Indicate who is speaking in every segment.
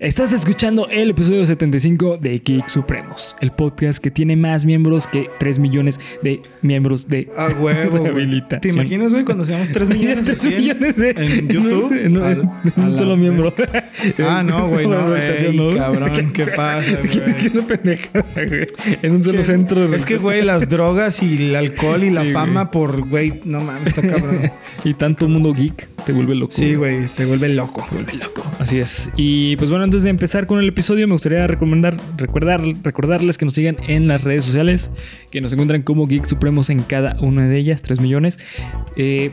Speaker 1: Estás escuchando el episodio 75 de Kick Supremos, el podcast que tiene más miembros que 3 millones de miembros de
Speaker 2: A huevo. güey.
Speaker 1: rehabilitación.
Speaker 2: ¿Te imaginas, güey, cuando seamos 3 millones, de
Speaker 1: 3
Speaker 2: 100
Speaker 1: millones de-
Speaker 2: en YouTube?
Speaker 1: en- en-
Speaker 2: Al-
Speaker 1: en
Speaker 2: a
Speaker 1: un
Speaker 2: la
Speaker 1: solo miembro.
Speaker 2: ver- Ah, no, güey, no,
Speaker 1: Rehabilitación,
Speaker 2: ey,
Speaker 1: ¿no?
Speaker 2: cabrón, ¿qué pasa, güey?
Speaker 1: Qué una pendejada, güey. En un solo
Speaker 2: Che,
Speaker 1: centro. de-
Speaker 2: Es que, güey, las drogas y el alcohol y la
Speaker 1: Sí,
Speaker 2: fama por, güey, no mames, está cabrón.
Speaker 1: Y tanto mundo geek te vuelve loco.
Speaker 2: Sí, güey, te vuelve loco.
Speaker 1: vuelve loco. Así es. Y pues bueno, antes de empezar con el episodio, me gustaría recomendar, recordar, recordarles que nos sigan en las redes sociales, que nos encuentran como Geek Supremos en cada una de ellas, 3 millones. Eh,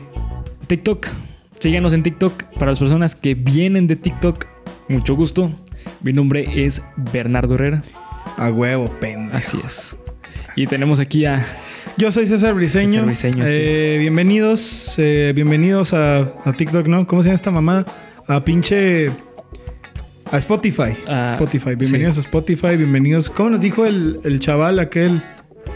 Speaker 1: TikTok, síganos en TikTok. Para las personas que vienen de TikTok, mucho gusto. Mi nombre es Bernardo Herrera.
Speaker 2: A huevo, pendejo.
Speaker 1: Así es. Y tenemos aquí a.
Speaker 2: Yo soy César Briseño.
Speaker 1: César Briseño, así
Speaker 2: Eh,
Speaker 1: es.
Speaker 2: Bienvenidos, eh, bienvenidos a, a TikTok, ¿no? ¿Cómo se llama esta mamada? A pinche. A Spotify.
Speaker 1: Ah,
Speaker 2: Spotify. Bienvenidos a Spotify. Bienvenidos. ¿Cómo nos dijo el, el chaval aquel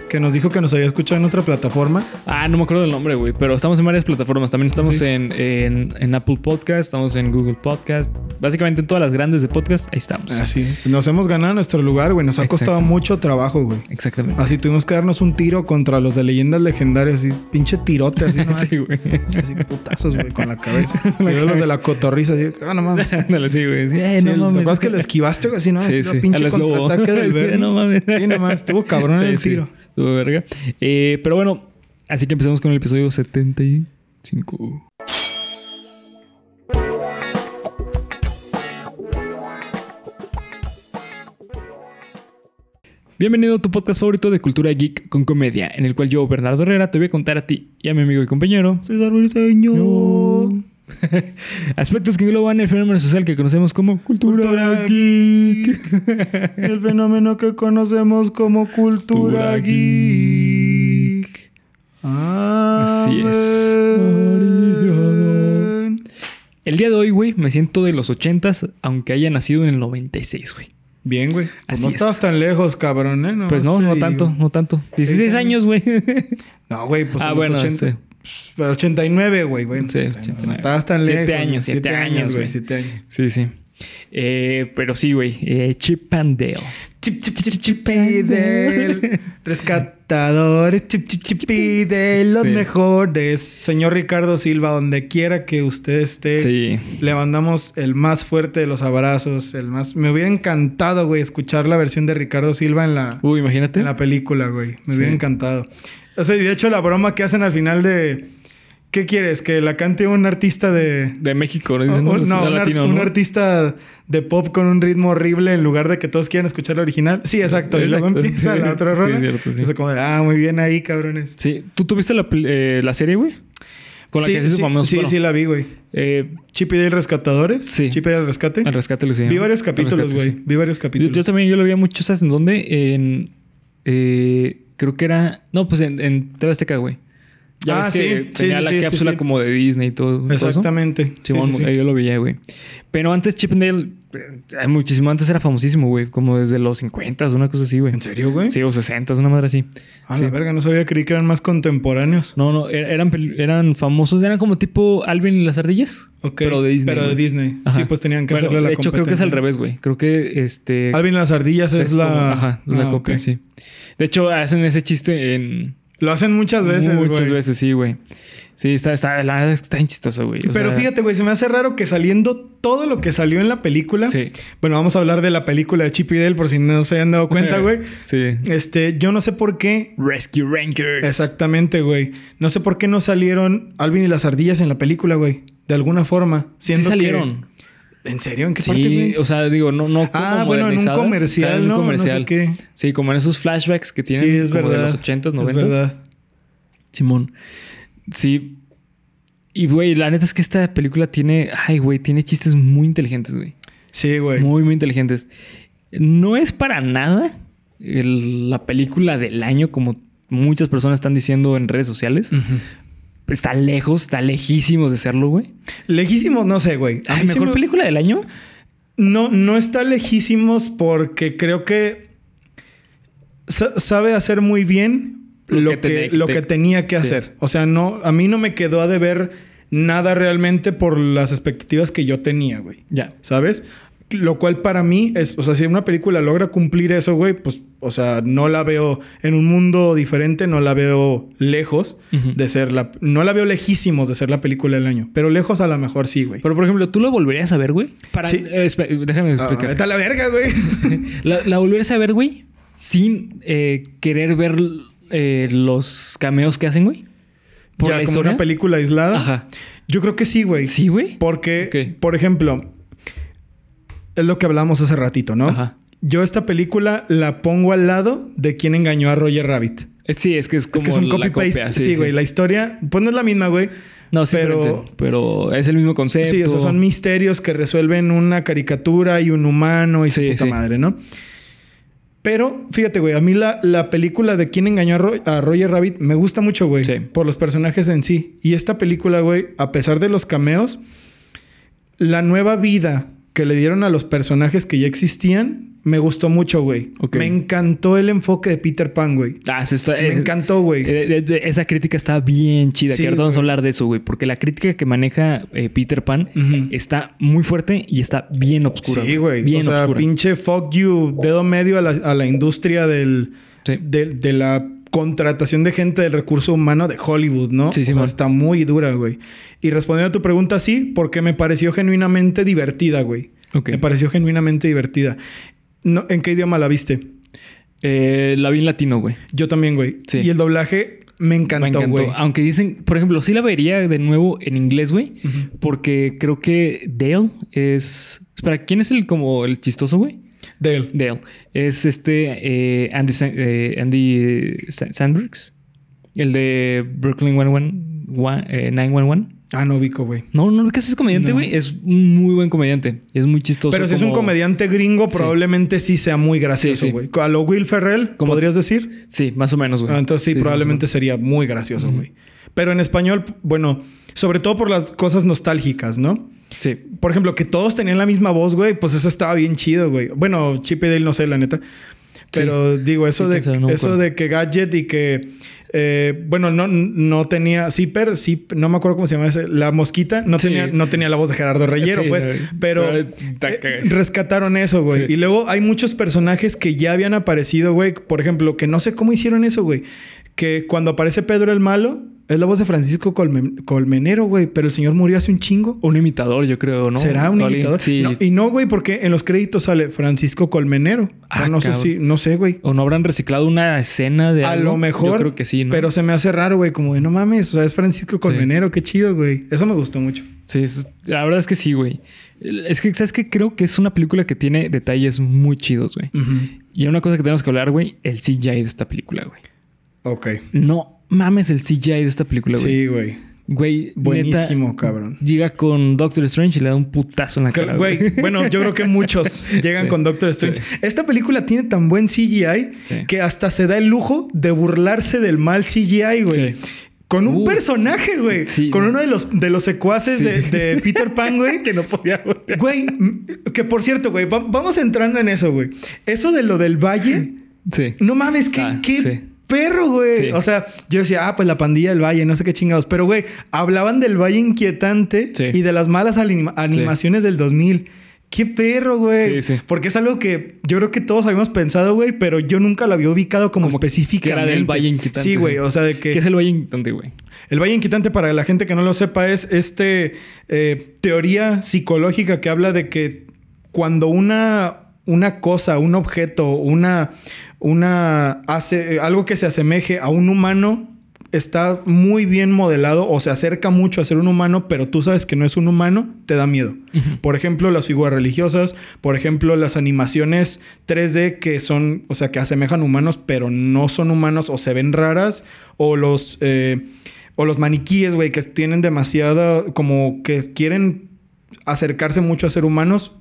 Speaker 2: que nos dijo que nos había escuchado en otra plataforma?
Speaker 1: Ah, no me acuerdo del nombre, güey. Pero estamos en varias plataformas. También estamos
Speaker 2: Sí.
Speaker 1: en, en- en Apple Podcast, estamos en Google Podcast. Básicamente en todas las grandes de podcast, ahí estamos.
Speaker 2: Así. Ah, Nos hemos ganado nuestro lugar, güey. Nos ha costado
Speaker 1: Exacto.
Speaker 2: mucho trabajo, güey.
Speaker 1: Exactamente.
Speaker 2: Así tuvimos que darnos un tiro contra los de leyendas legendarias. Así, pinche tirote. Así, ¿no?
Speaker 1: Sí, güey.
Speaker 2: Así, putazos, güey, con la cabeza. Y luego los de la cotorriza. Así, ah, no mames.
Speaker 1: Ándale, sí, güey. Sí, eh,
Speaker 2: Sí,
Speaker 1: no
Speaker 2: el-
Speaker 1: mames.
Speaker 2: ¿Te acuerdas que lo esquivaste? güey? Así, no,
Speaker 1: Sí,
Speaker 2: sí,
Speaker 1: sí.
Speaker 2: pinche
Speaker 1: Al eslobo.
Speaker 2: contraataque del
Speaker 1: Sí,
Speaker 2: verga.
Speaker 1: no mames.
Speaker 2: Sí, no mames. Estuvo cabrón
Speaker 1: Sí,
Speaker 2: el
Speaker 1: sí.
Speaker 2: tiro.
Speaker 1: Estuvo verga. Eh, pero bueno, así que empezamos con el episodio 75. Bienvenido a tu podcast favorito de cultura geek con comedia, en el cual yo, Bernardo Herrera, te voy a contar a ti y a mi amigo y compañero
Speaker 2: César Briseño.
Speaker 1: No. aspectos que engloban el fenómeno social que conocemos como cultura, geek.
Speaker 2: Cultura geek. El fenómeno que conocemos como cultura
Speaker 1: Cultura
Speaker 2: geek. Ah,
Speaker 1: Así es.
Speaker 2: Amén.
Speaker 1: El día de hoy, güey, me siento de los 80s, aunque haya nacido en el 96, güey.
Speaker 2: Bien, güey. Pues
Speaker 1: Así
Speaker 2: no
Speaker 1: es.
Speaker 2: estabas tan lejos, cabrón, ¿eh?
Speaker 1: Pues no,
Speaker 2: te
Speaker 1: no
Speaker 2: digo.
Speaker 1: tanto, no tanto. 16 años, güey.
Speaker 2: No, güey, pues
Speaker 1: Ah,
Speaker 2: en
Speaker 1: bueno,
Speaker 2: los pues, 80.
Speaker 1: sí.
Speaker 2: Pff, 89, güey, güey.
Speaker 1: Sí,
Speaker 2: No,
Speaker 1: 89.
Speaker 2: No estabas tan
Speaker 1: Siete
Speaker 2: lejos. güey.
Speaker 1: años, siete años, güey.
Speaker 2: Siete años.
Speaker 1: sí, sí. Eh, pero sí, güey. Eh, Chip and Dale.
Speaker 2: Chip, chip, chip, chipidel. Rescatadores, chip, chip, chipidel. Los
Speaker 1: Sí.
Speaker 2: mejores. Señor Ricardo Silva, donde quiera que usted esté,
Speaker 1: Sí.
Speaker 2: le mandamos el más fuerte de los abrazos. El más. Me hubiera encantado, güey, escuchar la versión de Ricardo Silva en la,
Speaker 1: Uy, imagínate.
Speaker 2: en la película, güey. Me
Speaker 1: Sí.
Speaker 2: hubiera encantado. O sea, y de hecho, la broma que hacen al final de. ¿Qué quieres? ¿Que la cante un artista de,
Speaker 1: De México, ¿no? Dicen,
Speaker 2: o- o-
Speaker 1: los-
Speaker 2: Oh, no,
Speaker 1: los
Speaker 2: un, ar-
Speaker 1: latinos,
Speaker 2: un
Speaker 1: ¿no?
Speaker 2: artista de pop con un ritmo horrible en lugar de que todos quieran escuchar la original. Sí, exacto. Y luego
Speaker 1: Exacto,
Speaker 2: empieza
Speaker 1: sí.
Speaker 2: la otra
Speaker 1: Sí,
Speaker 2: rola.
Speaker 1: cierto, sí.
Speaker 2: Eso como de, ah, muy bien ahí, cabrones.
Speaker 1: Sí. ¿Tú tuviste la, pel- eh, la serie, güey? Con la
Speaker 2: sí,
Speaker 1: que se hizo
Speaker 2: sí,
Speaker 1: famoso.
Speaker 2: Sí,
Speaker 1: bueno,
Speaker 2: sí, la vi, güey.
Speaker 1: eh,
Speaker 2: Chip y Dale Rescatadores.
Speaker 1: Sí.
Speaker 2: Chip y Dale Rescate.
Speaker 1: al rescate, Lucía.
Speaker 2: Vi varios capítulos, güey. Vi varios
Speaker 1: Yo,
Speaker 2: capítulos.
Speaker 1: yo también yo lo veía mucho, ¿sabes en dónde? En. eh, creo que era. No, pues en, en TV Azteca, güey. Ya
Speaker 2: Ah,
Speaker 1: ves que
Speaker 2: sí, sí,
Speaker 1: tenía
Speaker 2: sí,
Speaker 1: la
Speaker 2: sí, sí,
Speaker 1: cápsula
Speaker 2: sí.
Speaker 1: como de Disney y todo. todo eso.
Speaker 2: Exactamente. Sí,
Speaker 1: Simón,
Speaker 2: sí, sí.
Speaker 1: eh, yo lo veía, güey. Pero antes Chip and Dale, eh, muchísimo antes era famosísimo, güey. Como desde los 50 una cosa así, güey.
Speaker 2: ¿En serio, güey?
Speaker 1: Sí, o 60 una madre así.
Speaker 2: Ah,
Speaker 1: sí.
Speaker 2: la verga, no sabía, creí que eran más contemporáneos.
Speaker 1: No, no, er- eran, pel- eran famosos. Eran como tipo Alvin y las ardillas.
Speaker 2: Ok.
Speaker 1: Pero de Disney,
Speaker 2: Pero de
Speaker 1: güey.
Speaker 2: Disney.
Speaker 1: Ajá.
Speaker 2: Sí, pues tenían que
Speaker 1: Bueno,
Speaker 2: hacerle la
Speaker 1: De hecho, creo que es al
Speaker 2: competencia.
Speaker 1: revés, güey. Creo que este...
Speaker 2: Alvin y las ardillas es,
Speaker 1: Es
Speaker 2: la.
Speaker 1: como- Ajá, la
Speaker 2: Ah,
Speaker 1: copia,
Speaker 2: ok.
Speaker 1: sí. De hecho, hacen ese chiste en...
Speaker 2: Lo hacen muchas veces, güey.
Speaker 1: Muchas veces, sí, güey. Sí, está, está, la verdad es que está bien chistoso, güey. O
Speaker 2: Pero
Speaker 1: sea,
Speaker 2: fíjate, güey, se me hace raro que saliendo todo lo que salió en la película.
Speaker 1: Sí.
Speaker 2: Bueno, vamos a hablar de la película de Chip y Dale por si no se hayan dado cuenta, güey.
Speaker 1: Sí.
Speaker 2: Este, yo no sé por qué.
Speaker 1: Rescue Rangers.
Speaker 2: Exactamente, güey. No sé por qué no salieron Alvin y las ardillas en la película, güey. De alguna forma.
Speaker 1: Sí
Speaker 2: Siendo que-
Speaker 1: salieron.
Speaker 2: ¿En serio? ¿En qué parte,
Speaker 1: Sí,
Speaker 2: güey?
Speaker 1: o sea, digo, no, no como
Speaker 2: Ah, bueno, en un
Speaker 1: modernizadas,
Speaker 2: comercial,
Speaker 1: salen en
Speaker 2: ¿no?
Speaker 1: un
Speaker 2: No sé
Speaker 1: comercial.
Speaker 2: qué.
Speaker 1: Sí, como en esos flashbacks que tienen
Speaker 2: Sí, es
Speaker 1: como
Speaker 2: verdad.
Speaker 1: de los 80s,
Speaker 2: Es
Speaker 1: 90s.
Speaker 2: verdad.
Speaker 1: Simón. Sí. Y güey, la neta es que esta película tiene, ay, güey, tiene chistes muy inteligentes, güey.
Speaker 2: Sí, güey.
Speaker 1: Muy, muy inteligentes. No es para nada el- la película del año, como muchas personas están diciendo en redes sociales.
Speaker 2: Ujú.
Speaker 1: Está lejos, está lejísimos de serlo, güey.
Speaker 2: Lejísimos, no sé, güey. A
Speaker 1: Ay,
Speaker 2: mí sí
Speaker 1: ¿Mejor
Speaker 2: me-
Speaker 1: película del año?
Speaker 2: No, no está lejísimos porque creo que sa- sabe hacer muy bien
Speaker 1: Lo
Speaker 2: lo,
Speaker 1: que
Speaker 2: que,
Speaker 1: tenía que-
Speaker 2: lo que tenía que
Speaker 1: sí.
Speaker 2: hacer. O sea, no, a mí no me quedó a deber nada realmente por las expectativas que yo tenía, güey.
Speaker 1: Ya.
Speaker 2: ¿Sabes? Lo cual para mí es, o sea, si una película logra cumplir eso, güey, pues, o sea, no la veo en un mundo diferente, no la veo lejos
Speaker 1: Ujú.
Speaker 2: de ser la, no la veo lejísimos de ser la película del año, pero lejos a lo mejor sí, güey.
Speaker 1: Pero, por ejemplo, ¿tú lo volverías a ver, güey? Para...
Speaker 2: Sí.
Speaker 1: eh, espe- déjame
Speaker 2: Ah,
Speaker 1: explicar.
Speaker 2: Está la verga, güey.
Speaker 1: La, la volverías a ver, güey, sin eh, querer ver eh, los cameos que hacen, güey. ¿Por
Speaker 2: ya
Speaker 1: la
Speaker 2: como
Speaker 1: historia?
Speaker 2: una película aislada.
Speaker 1: Ajá.
Speaker 2: Yo creo que sí, güey.
Speaker 1: Sí, güey.
Speaker 2: Porque,
Speaker 1: Ok.
Speaker 2: por ejemplo, es lo que hablamos hace ratito, ¿no?
Speaker 1: Ajá.
Speaker 2: Yo esta película la pongo al lado de quien engañó a Roger Rabbit.
Speaker 1: Eh, Sí, es que es como
Speaker 2: es que es un
Speaker 1: la
Speaker 2: copy paste.
Speaker 1: copia,
Speaker 2: sí, güey. La historia, pues no es la misma, güey.
Speaker 1: No, sí,
Speaker 2: pero-
Speaker 1: pero... pero es el mismo concepto.
Speaker 2: Sí, o sea, son misterios que resuelven una caricatura y un humano y su
Speaker 1: Sí,
Speaker 2: puta
Speaker 1: sí.
Speaker 2: madre, ¿no? Pero fíjate, güey, a mí la, la película de quién engañó a, Ro- a Roger Rabbit me gusta mucho, güey,
Speaker 1: Sí.
Speaker 2: por los personajes en sí. Y esta película, güey, a pesar de los cameos, la nueva vida que le dieron a los personajes que ya existían, me gustó mucho, güey.
Speaker 1: Ok.
Speaker 2: Me encantó el enfoque de Peter Pan, güey.
Speaker 1: Ah, sí, está-
Speaker 2: Me
Speaker 1: eh,
Speaker 2: encantó, güey.
Speaker 1: eh, de- de- esa crítica está bien chida.
Speaker 2: Sí,
Speaker 1: que ahorita vamos a
Speaker 2: güey.
Speaker 1: hablar de eso, güey. Porque la crítica que maneja eh, Peter Pan
Speaker 2: Ujú.
Speaker 1: está muy fuerte y está bien obscura.
Speaker 2: Sí, güey.
Speaker 1: Bien
Speaker 2: O sea,
Speaker 1: obscura.
Speaker 2: pinche fuck you, dedo medio a la, a la industria del,
Speaker 1: Sí.
Speaker 2: de, de la contratación de gente del recurso humano de Hollywood, ¿no?
Speaker 1: Sí, sí,
Speaker 2: o sea,
Speaker 1: man.
Speaker 2: está muy dura, güey. Y respondiendo a tu pregunta, sí, porque me pareció genuinamente divertida, güey.
Speaker 1: Ok.
Speaker 2: Me pareció genuinamente divertida. No, ¿En qué idioma la viste?
Speaker 1: Eh, la vi en latino, güey.
Speaker 2: Yo también, güey.
Speaker 1: Sí.
Speaker 2: Y el doblaje me
Speaker 1: Me
Speaker 2: encantó,
Speaker 1: encantó. Ah,
Speaker 2: güey.
Speaker 1: Aunque dicen, por ejemplo, sí la vería de nuevo en inglés, güey.
Speaker 2: Ujú.
Speaker 1: Porque creo que Dale es. Espera, ¿quién es el como el chistoso, güey?
Speaker 2: De él.
Speaker 1: Dale. Es este eh, Andy, San- eh, Andy eh, Sa- Sandbergs. El de Brooklyn 111, one- eh, 911.
Speaker 2: Ah, no, Vico, güey.
Speaker 1: No, no, no, que ese es comediante,
Speaker 2: No.
Speaker 1: güey. Es un muy buen comediante. Es muy chistoso.
Speaker 2: Pero si es un
Speaker 1: como-
Speaker 2: comediante gringo,
Speaker 1: Sí.
Speaker 2: probablemente sí sea muy gracioso,
Speaker 1: sí.
Speaker 2: güey. A lo Will Ferrell,
Speaker 1: Como-
Speaker 2: ¿podrías decir?
Speaker 1: Sí, más o menos, güey.
Speaker 2: Ah, entonces sí, probablemente sería muy gracioso,
Speaker 1: Ujú.
Speaker 2: güey. Pero en español, bueno, sobre todo por las cosas nostálgicas, ¿no?
Speaker 1: más o menos. Sí.
Speaker 2: Por ejemplo, que todos tenían la misma voz, güey, pues eso estaba bien chido, güey. Bueno, Chip y Dale, no sé, la neta. Pero digo, eso,
Speaker 1: Sí,
Speaker 2: de,
Speaker 1: quién sabe, no me
Speaker 2: eso
Speaker 1: acuerdo.
Speaker 2: de que Gadget y que... eh, bueno, no, no tenía... Zipper, sí, no me acuerdo cómo se llama ese. La mosquita. No,
Speaker 1: Sí.
Speaker 2: tenía, no tenía la voz de Gerardo Reyero,
Speaker 1: Sí,
Speaker 2: pues.
Speaker 1: no,
Speaker 2: Pero...
Speaker 1: pero está
Speaker 2: eh,
Speaker 1: cagado.
Speaker 2: rescataron eso, güey.
Speaker 1: Sí.
Speaker 2: Y luego hay muchos personajes que ya habían aparecido, güey. Por ejemplo, que no sé cómo hicieron eso, güey. Que cuando aparece Pedro el Malo... Es la voz de Francisco Colmen- Colmenero, güey. Pero el señor murió hace un chingo.
Speaker 1: Un imitador, yo creo, ¿no?
Speaker 2: ¿Será un
Speaker 1: Alguien-
Speaker 2: imitador?
Speaker 1: Sí.
Speaker 2: No, y no, güey, porque en los créditos sale Francisco Colmenero.
Speaker 1: Ah,
Speaker 2: O no
Speaker 1: cabrón.
Speaker 2: sé si, no sé, güey.
Speaker 1: O no habrán reciclado una escena de
Speaker 2: A
Speaker 1: algo?
Speaker 2: lo mejor.
Speaker 1: Yo creo que sí, ¿no?
Speaker 2: Pero se me hace raro, güey. Como de no mames, o sea, es Francisco Colmenero, qué chido, güey. Eso me gustó mucho.
Speaker 1: Sí, es- la verdad es que sí, güey. Es que, ¿sabes qué? Creo que es una película que tiene detalles muy chidos, güey. Y una cosa que tenemos que hablar, güey, el CGI de esta película, güey.
Speaker 2: Ok.
Speaker 1: No mames el CGI de esta película, güey.
Speaker 2: Sí, güey.
Speaker 1: Güey,
Speaker 2: Buenísimo,
Speaker 1: neta,
Speaker 2: cabrón.
Speaker 1: Llega con Doctor Strange y le da un putazo en la cara.
Speaker 2: Güey, bueno, yo creo que muchos llegan
Speaker 1: Ah, Sí.
Speaker 2: con Doctor Strange.
Speaker 1: Sí.
Speaker 2: Esta película tiene tan buen CGI
Speaker 1: Sí.
Speaker 2: que hasta se da el lujo de burlarse del mal CGI, güey.
Speaker 1: Sí.
Speaker 2: Con un
Speaker 1: Uh,
Speaker 2: personaje, güey.
Speaker 1: Sí.
Speaker 2: Con uno de los, de los secuaces
Speaker 1: Sí.
Speaker 2: de, de Peter Pan, güey.
Speaker 1: que no podía voltear.
Speaker 2: Güey, mm, que por cierto, güey, va- vamos entrando en eso, güey. Eso de lo del valle,
Speaker 1: Sí.
Speaker 2: no mames, qué,
Speaker 1: Ah,
Speaker 2: qué
Speaker 1: sí.
Speaker 2: perro, güey.
Speaker 1: Sí.
Speaker 2: O sea, yo decía, ah, pues la pandilla del valle, no sé qué chingados. Pero, güey, hablaban del valle inquietante
Speaker 1: Sí.
Speaker 2: y de las malas anima- animaciones del 2000. Qué perro, güey.
Speaker 1: Sí, sí.
Speaker 2: Porque es algo que yo creo que todos habíamos pensado, güey, pero yo nunca lo había ubicado como,
Speaker 1: Como que
Speaker 2: específicamente.
Speaker 1: era del valle inquietante,
Speaker 2: Sí, güey.
Speaker 1: sí.
Speaker 2: O sea, de que.
Speaker 1: ¿Qué es el Valle Inquietante, güey?
Speaker 2: El valle inquietante, para la gente que no lo sepa, es este eh, teoría psicológica que habla de que cuando una, una cosa, un objeto, una, una hace, eh, algo que se asemeje a un humano está muy bien modelado o se acerca mucho a ser un humano, pero tú sabes que no es un humano, te da miedo. Por ejemplo, las figuras religiosas, por ejemplo, las animaciones 3D que son, o sea, que asemejan humanos, pero no son humanos o se ven raras, o los, eh, o los maniquíes, güey, que tienen demasiada, como que quieren acercarse mucho a ser humanos,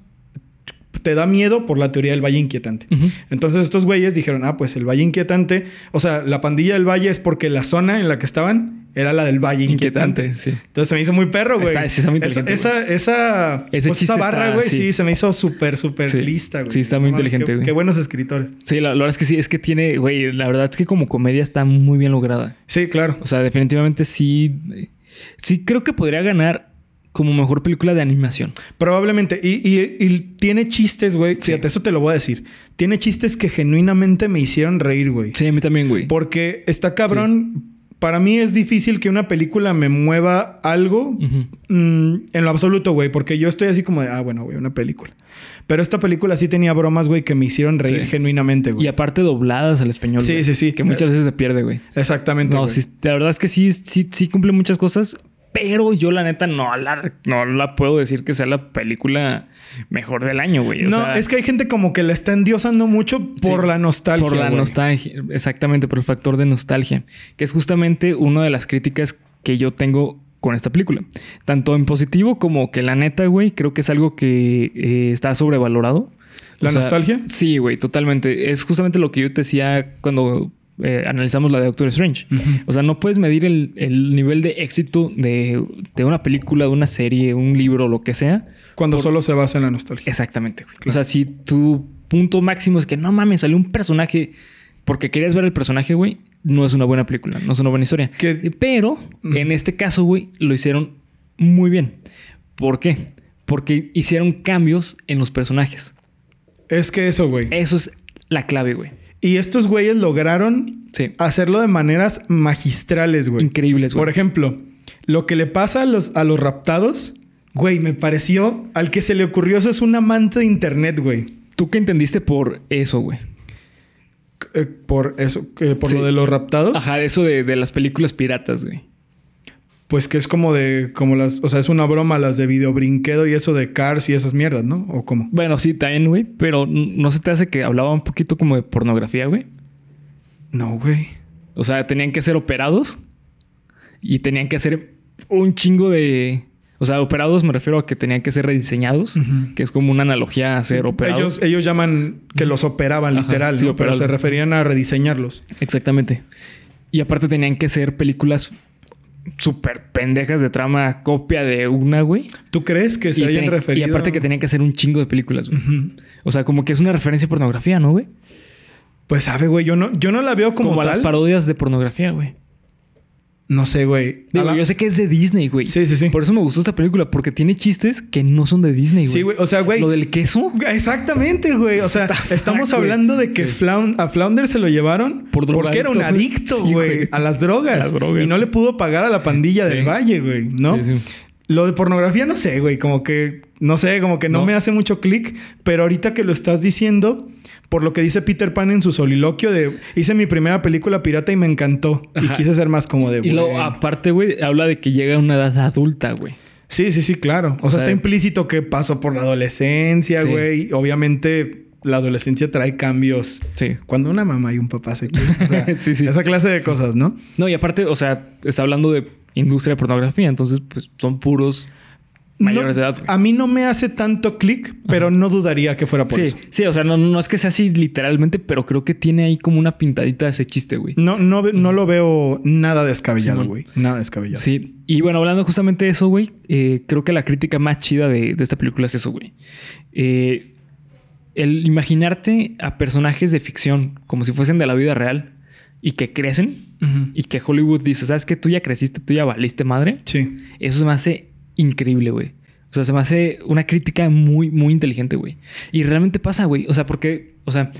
Speaker 2: te da miedo por la teoría del valle inquietante.
Speaker 1: Ujú.
Speaker 2: Entonces estos güeyes dijeron, ah, pues el Valle Inquietante, o sea, la pandilla del Valle es porque la zona en la que estaban era la del Valle Inquietante.
Speaker 1: Inquietante, sí.
Speaker 2: Entonces se me hizo muy perro, güey.
Speaker 1: Está- sí, está muy
Speaker 2: Eso-
Speaker 1: inteligente,
Speaker 2: esa, esa,
Speaker 1: Ese
Speaker 2: pues, esa
Speaker 1: chiste
Speaker 2: barra,
Speaker 1: está-
Speaker 2: güey, sí.
Speaker 1: sí.
Speaker 2: se me hizo súper, súper
Speaker 1: Sí.
Speaker 2: lista, güey.
Speaker 1: Sí, está muy
Speaker 2: mames,
Speaker 1: inteligente,
Speaker 2: qué-
Speaker 1: güey.
Speaker 2: Qué buenos escritores.
Speaker 1: Sí, la, la verdad es que sí. Es que tiene, güey, la verdad es que como comedia está muy bien lograda.
Speaker 2: Sí, claro.
Speaker 1: O sea, definitivamente sí. Sí, creo que podría ganar como mejor película de animación.
Speaker 2: Probablemente. Y, y- y tiene chistes, güey. Fíjate, eso te lo voy a decir. Tiene chistes que genuinamente me hicieron reír, güey.
Speaker 1: Sí, a mí también, güey.
Speaker 2: Porque está cabrón. Para mí es difícil que una película me mueva algo
Speaker 1: Ujú.
Speaker 2: mm, en lo absoluto, güey. Porque yo estoy así como de, ah, bueno, güey, una película. Pero esta película sí tenía bromas, güey, que me hicieron reír
Speaker 1: Sí.
Speaker 2: genuinamente,
Speaker 1: Y
Speaker 2: güey.
Speaker 1: aparte dobladas al español.
Speaker 2: Sí,
Speaker 1: güey,
Speaker 2: sí, sí.
Speaker 1: Que muchas veces se pierde, güey.
Speaker 2: Exactamente.
Speaker 1: No,
Speaker 2: güey.
Speaker 1: sí, la verdad es que sí, sí, sí cumple muchas cosas, pero yo la neta no la, no la puedo decir que sea la película mejor del año, güey. O
Speaker 2: No,
Speaker 1: sea,
Speaker 2: es que hay gente como que la está endiosando mucho por
Speaker 1: Sí.
Speaker 2: la nostalgia.
Speaker 1: Por la
Speaker 2: güey.
Speaker 1: nostalgia, exactamente, por el factor de nostalgia, que es justamente una de las críticas que yo tengo con esta película. Tanto en positivo como que la neta, güey, creo que es algo que eh, está sobrevalorado.
Speaker 2: ¿La nostalgia?
Speaker 1: Sí, güey, totalmente. Es justamente lo que yo te decía cuando eh, analizamos la de Doctor Strange.
Speaker 2: Ujú.
Speaker 1: O sea, no puedes medir el, el nivel de éxito de, de una película, de una serie, un libro, lo que sea.
Speaker 2: Cuando solo se basa en la nostalgia.
Speaker 1: Exactamente, güey. O sea, si tu punto máximo es que no mames, salió un personaje porque querías ver el personaje, güey, no es una buena película, no es una buena historia. Eh,
Speaker 2: Que-
Speaker 1: Pero en este caso, güey, lo hicieron muy bien. ¿Por qué? Porque hicieron cambios en los personajes.
Speaker 2: Es que eso, güey.
Speaker 1: Eso es la clave, güey.
Speaker 2: Y estos güeyes lograron
Speaker 1: Sí.
Speaker 2: hacerlo de maneras magistrales, güey.
Speaker 1: Increíbles, güey.
Speaker 2: Por ejemplo, lo que le pasa a los, a los raptados, güey, me pareció al que se le ocurrió eso es un amante de internet, güey.
Speaker 1: ¿Tú qué entendiste por eso, güey?
Speaker 2: Eh, por eso, eh, por
Speaker 1: Sí.
Speaker 2: lo de los raptados,
Speaker 1: Ajá, eso de, de las películas piratas, güey.
Speaker 2: pues que es como de, como las, o sea, es una broma las de videobrinquedo y eso de Cars y esas mierdas, ¿no? ¿O cómo?
Speaker 1: Bueno, sí, también, güey, pero n- no se te hace que hablaba un poquito como de pornografía, güey.
Speaker 2: No, güey.
Speaker 1: O sea, tenían que ser operados y tenían que hacer un chingo de. O sea, operados me refiero a que tenían que ser rediseñados,
Speaker 2: Ujú.
Speaker 1: que es como una analogía a ser operados.
Speaker 2: Ellos, eh, ellos llaman que los operaban
Speaker 1: Ajá,
Speaker 2: literal,
Speaker 1: sí,
Speaker 2: ¿no? pero
Speaker 1: operaban.
Speaker 2: se referían a rediseñarlos.
Speaker 1: Exactamente. Y aparte tenían que ser películas súper pendejas de trama, copia de una, güey.
Speaker 2: ¿Tú crees que se
Speaker 1: y,
Speaker 2: hayan
Speaker 1: tenían-
Speaker 2: referido?
Speaker 1: y aparte que tenían que hacer un chingo de películas, güey.
Speaker 2: Ujú.
Speaker 1: O sea, como que es una referencia a pornografía, ¿no, güey?
Speaker 2: Pues sabe, güey, yo no, yo no la veo como,
Speaker 1: Como, a las
Speaker 2: tal.
Speaker 1: parodias de pornografía, güey.
Speaker 2: No sé, güey. A
Speaker 1: Digo,
Speaker 2: la-
Speaker 1: yo sé que es de Disney, güey.
Speaker 2: Sí, sí, sí.
Speaker 1: Por eso me gustó esta película, porque tiene chistes que no son de Disney, güey.
Speaker 2: Sí, güey. O sea, güey.
Speaker 1: Lo del queso
Speaker 2: Exactamente, güey. O sea, estamos
Speaker 1: fuck, güey.
Speaker 2: hablando de que Flaun- a Flounder se lo llevaron
Speaker 1: Por
Speaker 2: porque era un
Speaker 1: drogadicto, güey.
Speaker 2: adicto,
Speaker 1: Sí,
Speaker 2: güey,
Speaker 1: güey.
Speaker 2: a las drogas.
Speaker 1: A las drogas.
Speaker 2: Y no le pudo pagar a la pandilla
Speaker 1: Sí.
Speaker 2: del valle, güey, ¿no?
Speaker 1: Sí, sí.
Speaker 2: Lo de pornografía no sé, güey, como que no sé, como que no,
Speaker 1: No.
Speaker 2: me hace mucho clic, pero ahorita que lo estás diciendo, por lo que dice Peter Pan en su soliloquio de hice mi primera película pirata y me encantó y
Speaker 1: Ajá.
Speaker 2: quise ser más como de
Speaker 1: Y luego,
Speaker 2: "Bueno".
Speaker 1: aparte, güey, habla de que llega a una edad adulta, güey.
Speaker 2: Sí, sí, sí, claro. O,
Speaker 1: O
Speaker 2: sea,
Speaker 1: sea,
Speaker 2: está implícito que pasó por la adolescencia,
Speaker 1: Sí.
Speaker 2: güey. Y Obviamente, la adolescencia trae cambios.
Speaker 1: Sí.
Speaker 2: Cuando una mamá y un papá se quieren. o sea,
Speaker 1: Sí, sí.
Speaker 2: Esa clase de cosas, ¿no?
Speaker 1: No, y aparte, o sea, está hablando de industria de pornografía, entonces, pues son puros mayores
Speaker 2: No-
Speaker 1: de edad. güey.
Speaker 2: A mí no me hace tanto clic, pero no dudaría que fuera por
Speaker 1: Sí,
Speaker 2: eso.
Speaker 1: sí, o sea, no, no es que sea así literalmente, pero creo que tiene ahí como una pintadita de ese chiste, güey.
Speaker 2: No, no, ve- no lo veo nada descabellado,
Speaker 1: Simón.
Speaker 2: güey. Nada descabellado.
Speaker 1: Sí, y bueno, hablando justamente de eso, güey, eh, creo que la crítica más chida de, de esta película es eso, güey. Eh, el imaginarte a personajes de ficción como si fuesen de la vida real y que crecen
Speaker 2: Ujú.
Speaker 1: y que Hollywood dice, ¿sabes qué? Tú ya creciste, tú ya valiste madre.
Speaker 2: Sí.
Speaker 1: Eso se me hace increíble, güey. O sea, se me hace una crítica muy, muy inteligente, güey. Y realmente pasa, güey. O sea, porque, o sea,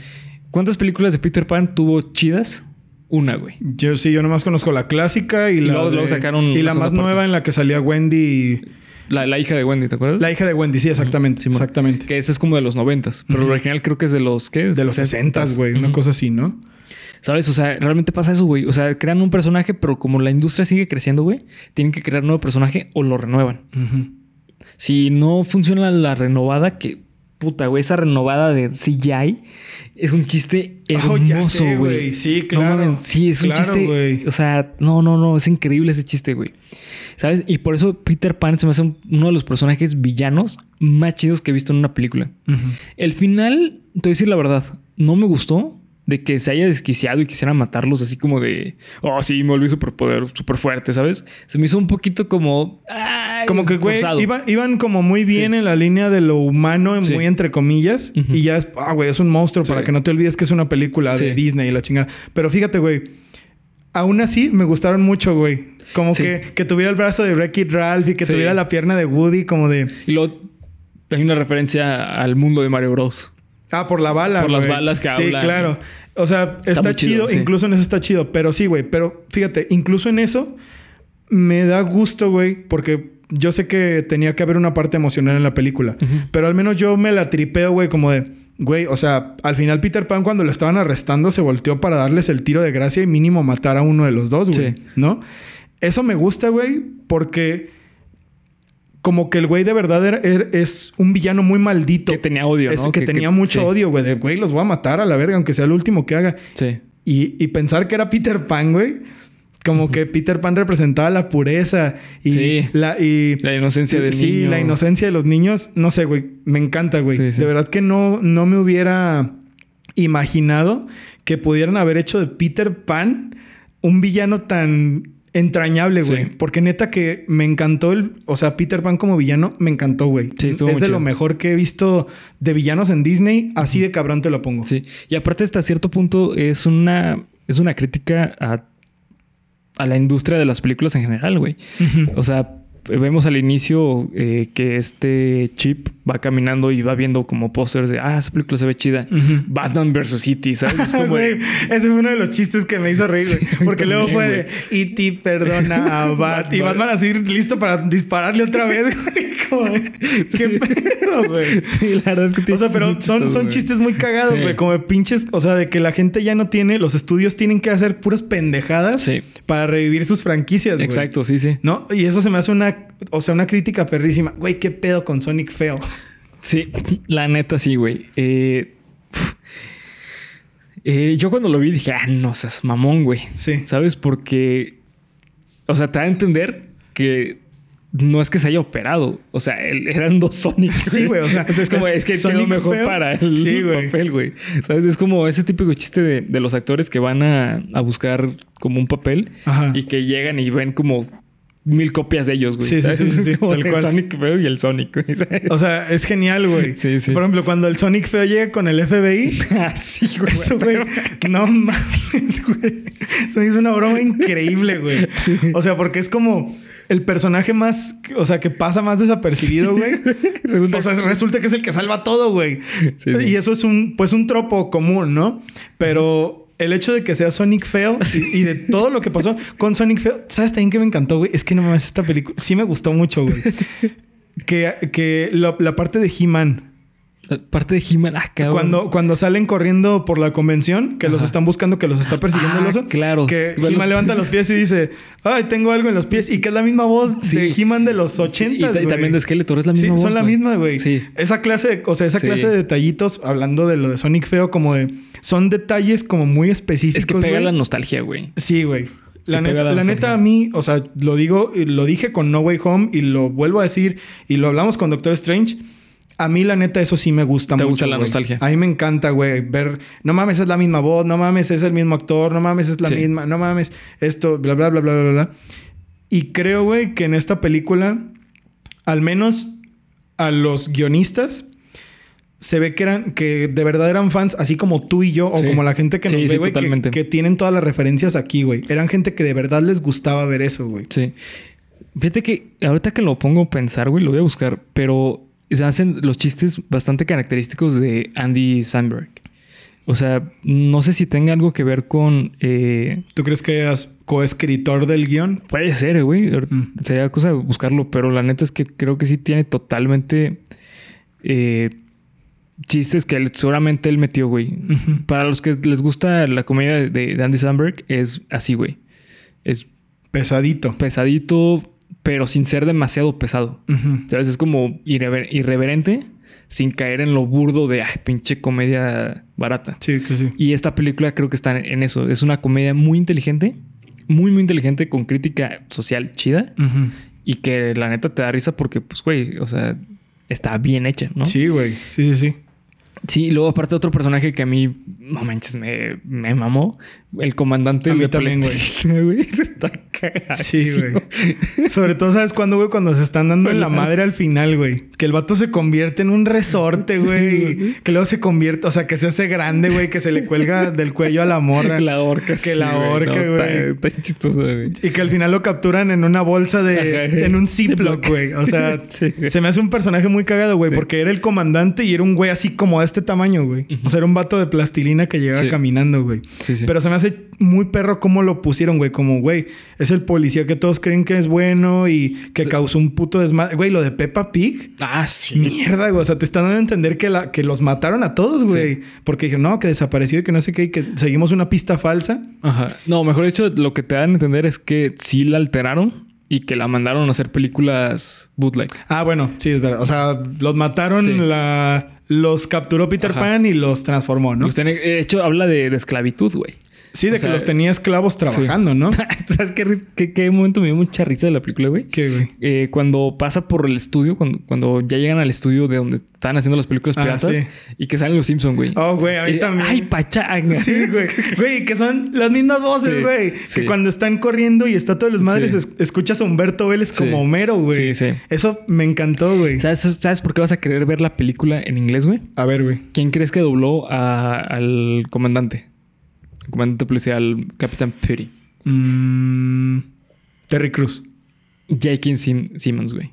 Speaker 1: ¿cuántas películas de Peter Pan tuvo chidas? Una, güey.
Speaker 2: Yo sí, yo nomás conozco la clásica y, la.
Speaker 1: luego-
Speaker 2: de-
Speaker 1: luego sacaron
Speaker 2: Y
Speaker 1: la
Speaker 2: la más
Speaker 1: segunda parte.
Speaker 2: nueva en la que salía Wendy. y-
Speaker 1: La, la hija de Wendy, ¿te acuerdas?
Speaker 2: La hija de Wendy, sí, exactamente.
Speaker 1: Simón.
Speaker 2: exactamente.
Speaker 1: Que ese es como de los noventas. Pero el
Speaker 2: Ujú.
Speaker 1: original creo que es de los, ¿qué?
Speaker 2: De los 60, güey. Una
Speaker 1: Ujú.
Speaker 2: cosa así, ¿no?
Speaker 1: ¿Sabes? O sea, realmente pasa eso, güey. O sea, crean un personaje, pero como la industria sigue creciendo, güey, tienen que crear nuevo personaje o lo renuevan. Si no funciona la renovada, que puta, güey, esa renovada de CGI es un chiste
Speaker 2: Oh, ya
Speaker 1: hermoso,
Speaker 2: sé,
Speaker 1: güey.
Speaker 2: Sí,
Speaker 1: No
Speaker 2: claro.
Speaker 1: mames, sí, es
Speaker 2: Claro,
Speaker 1: un chiste.
Speaker 2: güey.
Speaker 1: O sea, no, no, no, es increíble ese chiste, güey. ¿Sabes? Y por eso Peter Pan se me hace un- uno de los personajes villanos más chidos que he visto en una película. El final, te voy a decir la verdad, no me gustó de que se haya desquiciado y quisiera matarlos así como de, oh, sí, me volví superpoder, súper fuerte, ¿sabes? Se me hizo un poquito como... ay,
Speaker 2: Como que, güey,
Speaker 1: forzado.
Speaker 2: iba- iban como muy bien en la línea de lo humano,
Speaker 1: Sí.
Speaker 2: muy entre comillas.
Speaker 1: Ujú.
Speaker 2: Y ya es, ah, güey, es un monstruo
Speaker 1: Sí.
Speaker 2: para que no te olvides que es una película de
Speaker 1: Sí.
Speaker 2: Disney y la chingada. Pero fíjate, güey, Aún así, me gustaron mucho, güey. Como
Speaker 1: Sí.
Speaker 2: que, que tuviera el brazo de Wreck It Ralph y que
Speaker 1: Sí.
Speaker 2: tuviera la pierna de Woody, como de.
Speaker 1: Y luego hay una referencia al mundo de Mario Bros.
Speaker 2: Ah, por la bala.
Speaker 1: Por las
Speaker 2: güey.
Speaker 1: balas que
Speaker 2: Sí,
Speaker 1: hablan.
Speaker 2: claro. O sea, está,
Speaker 1: muy chido,
Speaker 2: chido,
Speaker 1: sí.
Speaker 2: incluso en eso está chido. Pero sí, güey. Pero fíjate, incluso en eso me da gusto, güey, porque yo sé que tenía que haber una parte emocional en la película. Pero al menos yo me la tripeo, güey, como de. Güey, o sea, al final Peter Pan cuando lo estaban arrestando se volteó para darles el tiro de gracia y mínimo matar a uno de los dos, güey.
Speaker 1: Sí.
Speaker 2: ¿No? Eso me gusta, güey, porque como que el güey de verdad era- er- es un villano muy maldito.
Speaker 1: Que tenía odio,
Speaker 2: Es
Speaker 1: ¿no?
Speaker 2: que, tenía mucho
Speaker 1: sí,
Speaker 2: odio, güey. De, güey, los voy a matar a la verga, aunque sea el último que haga.
Speaker 1: Sí.
Speaker 2: Y, y pensar que era Peter Pan, güey. Como que Peter Pan representaba la pureza y
Speaker 1: Sí.
Speaker 2: la... Y,
Speaker 1: La inocencia del
Speaker 2: sí,
Speaker 1: niño.
Speaker 2: la inocencia de los niños. No sé, güey. Me encanta, güey.
Speaker 1: Sí, sí.
Speaker 2: De verdad que no, no me hubiera imaginado que pudieran haber hecho de Peter Pan un villano tan entrañable, güey.
Speaker 1: Sí.
Speaker 2: Porque neta que me encantó el... O sea, Peter Pan como villano me encantó, güey.
Speaker 1: Sí,
Speaker 2: es
Speaker 1: estuvo
Speaker 2: de
Speaker 1: muy
Speaker 2: lo
Speaker 1: chido.
Speaker 2: mejor que he visto de villanos en Disney. Así de cabrón te lo pongo.
Speaker 1: Sí. Y aparte, hasta cierto punto, es una, es una crítica a, a la industria de las películas en general, güey. O sea, vemos al inicio eh, que este chip va caminando y va viendo como pósters de, ah, esa película se ve chida.
Speaker 2: Ujú.
Speaker 1: Batman vs. City, ¿sabes? Es como de-
Speaker 2: Güey, ese fue uno de los chistes que me hizo reír, güey.
Speaker 1: Sí,
Speaker 2: porque
Speaker 1: también,
Speaker 2: luego fue de E.T. perdona a Bat. y Batman así listo para dispararle otra vez, güey. Como de, Qué pedo, güey.
Speaker 1: Sí, la verdad es que
Speaker 2: O sea,
Speaker 1: tiene chistes
Speaker 2: pero son,
Speaker 1: chistosos,
Speaker 2: son
Speaker 1: güey.
Speaker 2: chistes muy cagados,
Speaker 1: Sí.
Speaker 2: güey. Como de pinches. O sea, de que la gente ya no tiene. Los estudios tienen que hacer puras pendejadas
Speaker 1: Sí,
Speaker 2: para revivir sus franquicias, güey.
Speaker 1: exacto, sí, sí.
Speaker 2: ¿No? Y eso se me hace una. O sea, una crítica perrísima. Güey, qué pedo con Sonic feo.
Speaker 1: Sí, la neta sí, güey. Eh, eh, yo cuando lo vi dije, ah, no seas mamón, güey.
Speaker 2: Sí.
Speaker 1: ¿Sabes? Porque, o sea, te da a entender que no es que se haya operado. O sea, él- eran dos Sonic.
Speaker 2: Sí, güey, o sea,
Speaker 1: es como,
Speaker 2: es
Speaker 1: es, que quedó
Speaker 2: Sonic
Speaker 1: mejor
Speaker 2: feo.
Speaker 1: para el
Speaker 2: Sí, güey.
Speaker 1: papel, güey. ¿Sabes? Es como ese típico chiste de, de los actores que van a, a buscar como un papel
Speaker 2: Ajá.
Speaker 1: y que llegan y ven como mil copias de ellos, güey.
Speaker 2: Sí, sí,
Speaker 1: ¿sabes?
Speaker 2: sí, sí,
Speaker 1: Es
Speaker 2: sí,
Speaker 1: como
Speaker 2: tal
Speaker 1: el
Speaker 2: cual.
Speaker 1: Sonic feo y el Sonic, güey. ¿sabes?
Speaker 2: O sea, es genial, güey.
Speaker 1: Sí, sí.
Speaker 2: Por ejemplo, cuando el Sonic feo llega con el FBI,
Speaker 1: Así, güey.
Speaker 2: eso, güey. No mames, güey. Eso es una broma increíble, güey. O sea, porque es como el personaje más, o sea, que pasa más desapercibido, güey.
Speaker 1: Resulta
Speaker 2: O sea, resulta que es el que salva todo, güey.
Speaker 1: Sí, sí.
Speaker 2: Y eso es un, pues, un tropo común, ¿no? Pero el hecho de que sea Sonic feo y, y de todo lo que pasó con Sonic feo, ¿sabes también que me encantó, güey? Es que no mames, esta película sí me gustó mucho, güey. Que, que la- la parte de He-Man.
Speaker 1: La parte de He-Man, ah, cabrón.
Speaker 2: Cuando, cuando salen corriendo por la convención, que los
Speaker 1: Ajá.
Speaker 2: están buscando, que los está persiguiendo
Speaker 1: Ah,
Speaker 2: el oso.
Speaker 1: claro.
Speaker 2: Que
Speaker 1: Ve los
Speaker 2: He-Man levanta los pies y dice, ay, tengo algo en los pies. Y que es la misma voz de
Speaker 1: Sí.
Speaker 2: He-Man de los
Speaker 1: Y, ta-
Speaker 2: 80.
Speaker 1: y también de Skeletor, es la misma.
Speaker 2: Sí,
Speaker 1: voz,
Speaker 2: son la
Speaker 1: güey.
Speaker 2: misma, güey.
Speaker 1: Sí.
Speaker 2: Esa clase, de, o sea, esa
Speaker 1: Sí.
Speaker 2: clase de detallitos, hablando de lo de Sonic Feo, como de... Son detalles como muy específicos,
Speaker 1: Es que pega
Speaker 2: güey.
Speaker 1: la nostalgia, güey.
Speaker 2: Sí, güey. La,
Speaker 1: que
Speaker 2: neta,
Speaker 1: pega la
Speaker 2: la
Speaker 1: nostalgia.
Speaker 2: neta a mí, o sea, lo digo, y lo dije con No Way Home y lo vuelvo a decir y lo hablamos con Doctor Strange. A mí la neta eso sí me gusta
Speaker 1: Te
Speaker 2: mucho.
Speaker 1: gusta la
Speaker 2: güey.
Speaker 1: nostalgia.
Speaker 2: A mí me encanta, güey, ver, no mames, es la misma voz, no mames, es el mismo actor, no mames, es la
Speaker 1: Sí.
Speaker 2: misma, no mames, esto, bla, bla, bla, bla, bla, bla. Y creo, güey, que en esta película, al menos a los guionistas, se ve que eran, que de verdad eran fans, así como tú y yo, o
Speaker 1: Sí.
Speaker 2: como la gente que
Speaker 1: Sí,
Speaker 2: nos ve,
Speaker 1: sí,
Speaker 2: güey, que-
Speaker 1: totalmente.
Speaker 2: que tienen todas las referencias aquí, güey. Eran gente que de verdad les gustaba ver eso, güey.
Speaker 1: Sí. Fíjate que ahorita que lo pongo a pensar, güey, lo voy a buscar, pero se hacen los chistes bastante característicos de Andy Sandberg. O sea, no sé si tenga algo que ver con. eh,
Speaker 2: ¿Tú crees que eras coescritor del guión?
Speaker 1: Puede ser, güey. Ahor-
Speaker 2: Mm.
Speaker 1: Sería cosa de buscarlo, pero la neta es que creo que sí tiene totalmente eh, chistes que él, seguramente él metió, güey.
Speaker 2: Ujú.
Speaker 1: Para los que les gusta la comedia de, de Andy Samberg, es así, güey. Es
Speaker 2: Pesadito.
Speaker 1: pesadito, pero sin ser demasiado pesado.
Speaker 2: Ujú.
Speaker 1: ¿Sabes? Es como irrever- irreverente, sin caer en lo burdo de ay, pinche comedia barata.
Speaker 2: Sí, que sí.
Speaker 1: Y esta película creo que está en eso. Es una comedia muy inteligente, muy, muy inteligente, con crítica social chida.
Speaker 2: Ujú.
Speaker 1: Y que la neta te da risa porque, pues, güey, o sea, está bien hecha, ¿no?
Speaker 2: Sí, güey. Sí, sí, sí.
Speaker 1: Sí, y luego aparte otro personaje que a mí no manches, me, me mamó. El comandante
Speaker 2: A mí
Speaker 1: de
Speaker 2: también, güey.
Speaker 1: PlayStation, güey. Está cagado.
Speaker 2: Sí, güey. Sobre todo, ¿sabes cuándo, güey? Cuando se están dando en la madre al final, güey. Que el vato se convierte en un resorte, güey. Que luego se convierte, o sea, que se hace grande, güey. Que se le cuelga del cuello a la morra.
Speaker 1: La horca.
Speaker 2: Que la horca, güey.
Speaker 1: Está, está chistoso, güey.
Speaker 2: Y que al final lo capturan en una bolsa de...
Speaker 1: Ajá.
Speaker 2: En un Ziploc, güey. O sea,
Speaker 1: Sí, güey.
Speaker 2: se me hace un personaje muy cagado, güey.
Speaker 1: Sí.
Speaker 2: Porque era el comandante y era un güey así como de este tamaño, güey. O sea, era un vato de plastilina que llegaba
Speaker 1: Sí.
Speaker 2: caminando, güey.
Speaker 1: Sí, sí.
Speaker 2: Pero se me hace muy perro cómo lo pusieron, güey. Como, güey, es el policía que todos creen que es bueno y que causó un puto desmadre. Güey, lo de Peppa Pig.
Speaker 1: ah, sí.
Speaker 2: Mierda, güey. O sea, te están dando a entender que, la, que los mataron a todos, güey. Porque dijeron, no, que desapareció y que no sé qué, y que seguimos una pista falsa.
Speaker 1: Ajá. No, mejor dicho, lo que te dan a entender es que sí la alteraron y que la mandaron a hacer películas bootleg.
Speaker 2: Ah, bueno, sí, es verdad. O sea, los mataron,
Speaker 1: Sí.
Speaker 2: la, los capturó Peter
Speaker 1: Ajá.
Speaker 2: Pan y los transformó, ¿no?
Speaker 1: Los tiene- De hecho, habla de, de esclavitud, güey.
Speaker 2: Sí, de
Speaker 1: o
Speaker 2: que
Speaker 1: sea,
Speaker 2: los tenía esclavos trabajando, ¿no?
Speaker 1: ¿Sabes qué, ris- qué, qué momento me dio mucha risa de la película, güey?
Speaker 2: ¿Qué, güey?
Speaker 1: Eh, cuando pasa por el estudio, cuando, cuando ya llegan al estudio de donde estaban haciendo las películas
Speaker 2: Ah,
Speaker 1: piratas
Speaker 2: sí.
Speaker 1: y que salen los Simpson, güey.
Speaker 2: Oh, güey, a mí
Speaker 1: Y-
Speaker 2: también.
Speaker 1: Eh, Ay, pacha.
Speaker 2: Sí, güey. Güey, que son las mismas voces,
Speaker 1: Sí,
Speaker 2: güey.
Speaker 1: sí.
Speaker 2: Que cuando están corriendo y está todos los madres,
Speaker 1: Sí.
Speaker 2: es- escuchas a Humberto Vélez
Speaker 1: Sí.
Speaker 2: como Homero, güey.
Speaker 1: Sí, sí.
Speaker 2: Eso me encantó, güey.
Speaker 1: ¿Sabes, ¿Sabes por qué vas a querer ver la película en inglés, güey?
Speaker 2: A ver, güey.
Speaker 1: ¿Quién crees que dobló a- al comandante? El comandante policial, Capitán Purdy.
Speaker 2: Mm, Terry Cruz.
Speaker 1: J.K. Sim- Simmons, güey.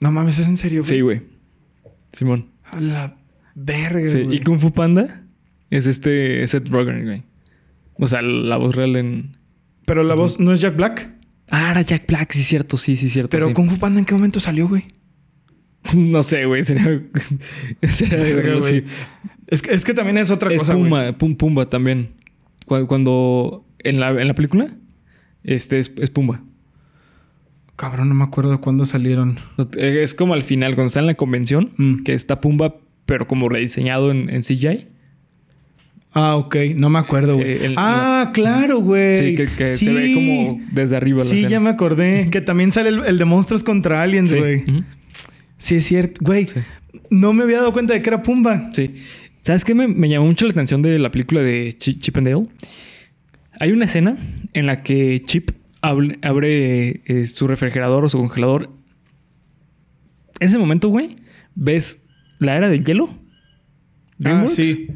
Speaker 2: No mames, es en serio, güey.
Speaker 1: Sí, güey. Simón.
Speaker 2: A la verga,
Speaker 1: Sí.
Speaker 2: güey.
Speaker 1: Y Kung Fu Panda es este Seth Rogen, güey. O sea, la voz real en...
Speaker 2: Pero la voz no es Jack Black.
Speaker 1: Ah, era Jack Black, sí, cierto, sí, sí, cierto.
Speaker 2: Pero
Speaker 1: sí.
Speaker 2: Kung Fu Panda, ¿en qué momento salió, güey?
Speaker 1: No sé, güey. Sería. sería de
Speaker 2: Verga,
Speaker 1: verlo,
Speaker 2: güey.
Speaker 1: sí.
Speaker 2: Es, que, es que también es otra
Speaker 1: Es
Speaker 2: cosa, güey.
Speaker 1: Pumba, Pum Pumba también. Cu- Cuando. en, la, en la película, este es, es Pumba.
Speaker 2: Cabrón, no me acuerdo de cuándo salieron.
Speaker 1: eh, Es como al final, cuando está en la convención,
Speaker 2: Mm.
Speaker 1: que está Pumba, pero como rediseñado en, en CGI.
Speaker 2: Ah, ok. No me acuerdo, güey.
Speaker 1: Eh, el-
Speaker 2: ah, claro, güey.
Speaker 1: sí, que, que se ve
Speaker 2: Sí.
Speaker 1: como desde arriba. La
Speaker 2: Sí,
Speaker 1: escena.
Speaker 2: ya me acordé. Que también sale el, el de Monstruos contra Aliens,
Speaker 1: Sí.
Speaker 2: güey. Sí.
Speaker 1: Ujú.
Speaker 2: es cierto. Güey,
Speaker 1: Sí.
Speaker 2: no me había dado cuenta de que era Pumba.
Speaker 1: Sí. ¿Sabes qué me, me llamó mucho la atención de la película de Chi- Chip and Dale? Hay una escena en la que Chip hable- abre eh, su refrigerador o su congelador. En ese momento, güey, ves la era del hielo.
Speaker 2: Ah,
Speaker 1: ¿DreamWorks?
Speaker 2: sí.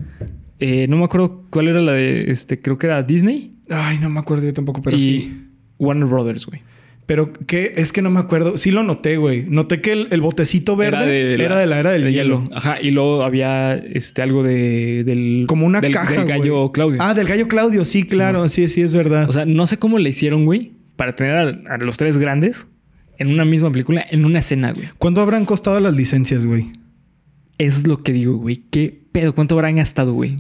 Speaker 1: Eh, no me acuerdo cuál era la de, este, creo que era Disney
Speaker 2: Ay, no me acuerdo yo tampoco, pero
Speaker 1: y
Speaker 2: sí.
Speaker 1: Warner Brothers, güey.
Speaker 2: Pero que es que no me acuerdo. Sí lo noté, güey. Noté que el, el botecito verde era de la, era del hielo.
Speaker 1: Ajá, y luego había este algo de del
Speaker 2: Como una
Speaker 1: del-
Speaker 2: caja.
Speaker 1: del gallo
Speaker 2: güey.
Speaker 1: Claudio.
Speaker 2: Ah, del gallo Claudio, sí, claro. Sí, sí, es verdad.
Speaker 1: O sea, no sé cómo le hicieron, güey, para tener a, a los tres grandes en una misma película, en una escena, güey.
Speaker 2: ¿Cuánto habrán costado las licencias, güey?
Speaker 1: Es lo que digo, güey. ¿Qué pedo? ¿Cuánto habrán gastado, güey?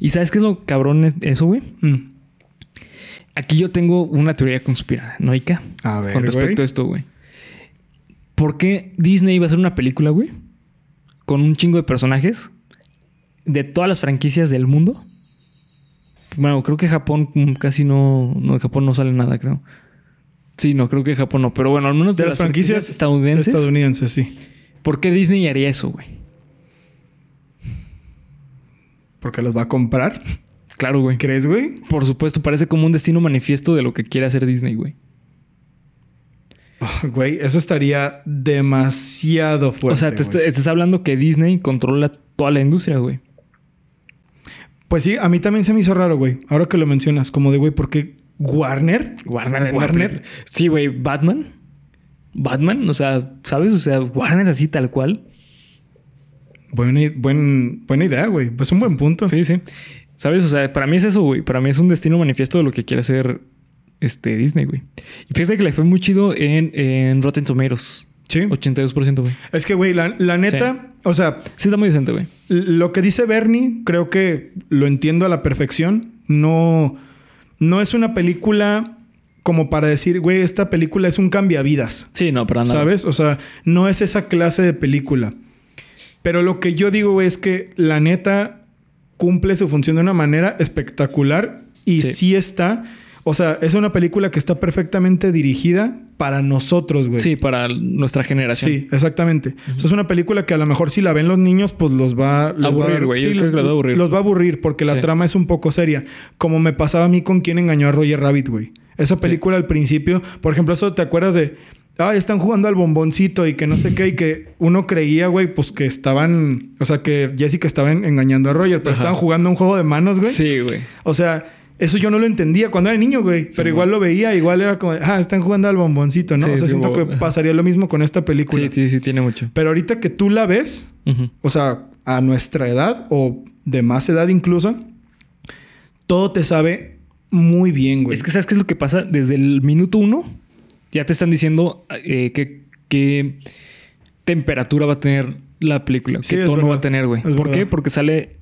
Speaker 1: ¿Y sabes qué es lo cabrón es eso, güey?
Speaker 2: Mm.
Speaker 1: Aquí yo tengo una teoría conspiranoica
Speaker 2: A ver,
Speaker 1: con respecto
Speaker 2: güey.
Speaker 1: a esto, güey. ¿Por qué Disney iba a hacer una película, güey? Con un chingo de personajes de todas las franquicias del mundo. Bueno, creo que Japón mm, casi no, no. de Japón no sale nada, creo. Sí, no, creo que de Japón no. Pero bueno, al menos
Speaker 2: De, las franquicias,
Speaker 1: estadounidenses.
Speaker 2: Estadounidenses, sí.
Speaker 1: ¿Por qué Disney haría eso, güey?
Speaker 2: Porque las va a comprar.
Speaker 1: Claro, güey.
Speaker 2: ¿Crees, güey?
Speaker 1: Por supuesto, parece como un destino manifiesto de lo que quiere hacer Disney, güey.
Speaker 2: Ah, Güey, eso estaría demasiado fuerte.
Speaker 1: o sea, te est-
Speaker 2: güey.
Speaker 1: estás hablando que Disney controla toda la industria, güey.
Speaker 2: Pues sí, a mí también se me hizo raro, güey. Ahora que lo mencionas, como de, güey, ¿por qué Warner?
Speaker 1: Warner.
Speaker 2: Warner.
Speaker 1: Sí, güey. Batman. Batman, o sea, ¿sabes? O sea, Warner así tal cual.
Speaker 2: Buena, i- buen- buena idea, güey. Pues un buen punto.
Speaker 1: Sí, sí. ¿Sabes? O sea, para mí es eso, güey. Para mí es un destino manifiesto de lo que quiere hacer este Disney, güey. Y fíjate que le fue muy chido en, en Rotten Tomatoes.
Speaker 2: Sí.
Speaker 1: 82%, güey.
Speaker 2: Es que, güey, la, la neta, o sea,
Speaker 1: Sí, está muy decente, güey.
Speaker 2: l- lo que dice Bernie, creo que lo entiendo a la perfección. No, no es una película como para decir, güey, esta película es un cambiavidas.
Speaker 1: Sí, no, para nada.
Speaker 2: ¿Sabes? O sea, no es esa clase de película. Pero lo que yo digo güey, es que la neta cumple su función de una manera espectacular y
Speaker 1: Sí.
Speaker 2: sí, está. O sea, es una película que está perfectamente dirigida para nosotros, güey.
Speaker 1: Sí, para nuestra generación.
Speaker 2: Sí, exactamente. O sea, es una película que a lo mejor si la ven los niños, pues los va les va a
Speaker 1: Aburrir,
Speaker 2: dar-
Speaker 1: güey. Yo
Speaker 2: sí,
Speaker 1: creo que los va a aburrir.
Speaker 2: Los va a aburrir porque la
Speaker 1: Sí.
Speaker 2: trama es un poco seria. Como me pasaba a mí con quien engañó a Roger Rabbit, güey. Esa película al principio, por ejemplo, eso te acuerdas de. Ah, están jugando al bomboncito y que no sé qué, y que uno creía, güey, pues que estaban. O sea, que Jessica estaba en- engañando a Roger, pero
Speaker 1: Ajá.
Speaker 2: estaban jugando un juego de manos, güey.
Speaker 1: Sí, güey.
Speaker 2: O sea, eso yo no lo entendía cuando era niño, güey. pero igual lo veía, igual era como, ah, están jugando al bomboncito, ¿no?
Speaker 1: Sí,
Speaker 2: o sea,
Speaker 1: sí,
Speaker 2: siento
Speaker 1: bo-
Speaker 2: que pasaría lo mismo con esta película.
Speaker 1: Sí, sí, sí, tiene mucho.
Speaker 2: Pero ahorita que tú la ves,
Speaker 1: Ujú.
Speaker 2: o sea, a nuestra edad o de más edad incluso, todo te sabe muy bien, güey.
Speaker 1: Es que sabes qué es lo que pasa desde el minuto uno. Ya te están diciendo eh, qué qué temperatura va a tener la película,
Speaker 2: Sí,
Speaker 1: qué
Speaker 2: es
Speaker 1: tono va
Speaker 2: verdad.
Speaker 1: a tener, güey.
Speaker 2: Es
Speaker 1: ¿Por qué?
Speaker 2: verdad.
Speaker 1: Porque sale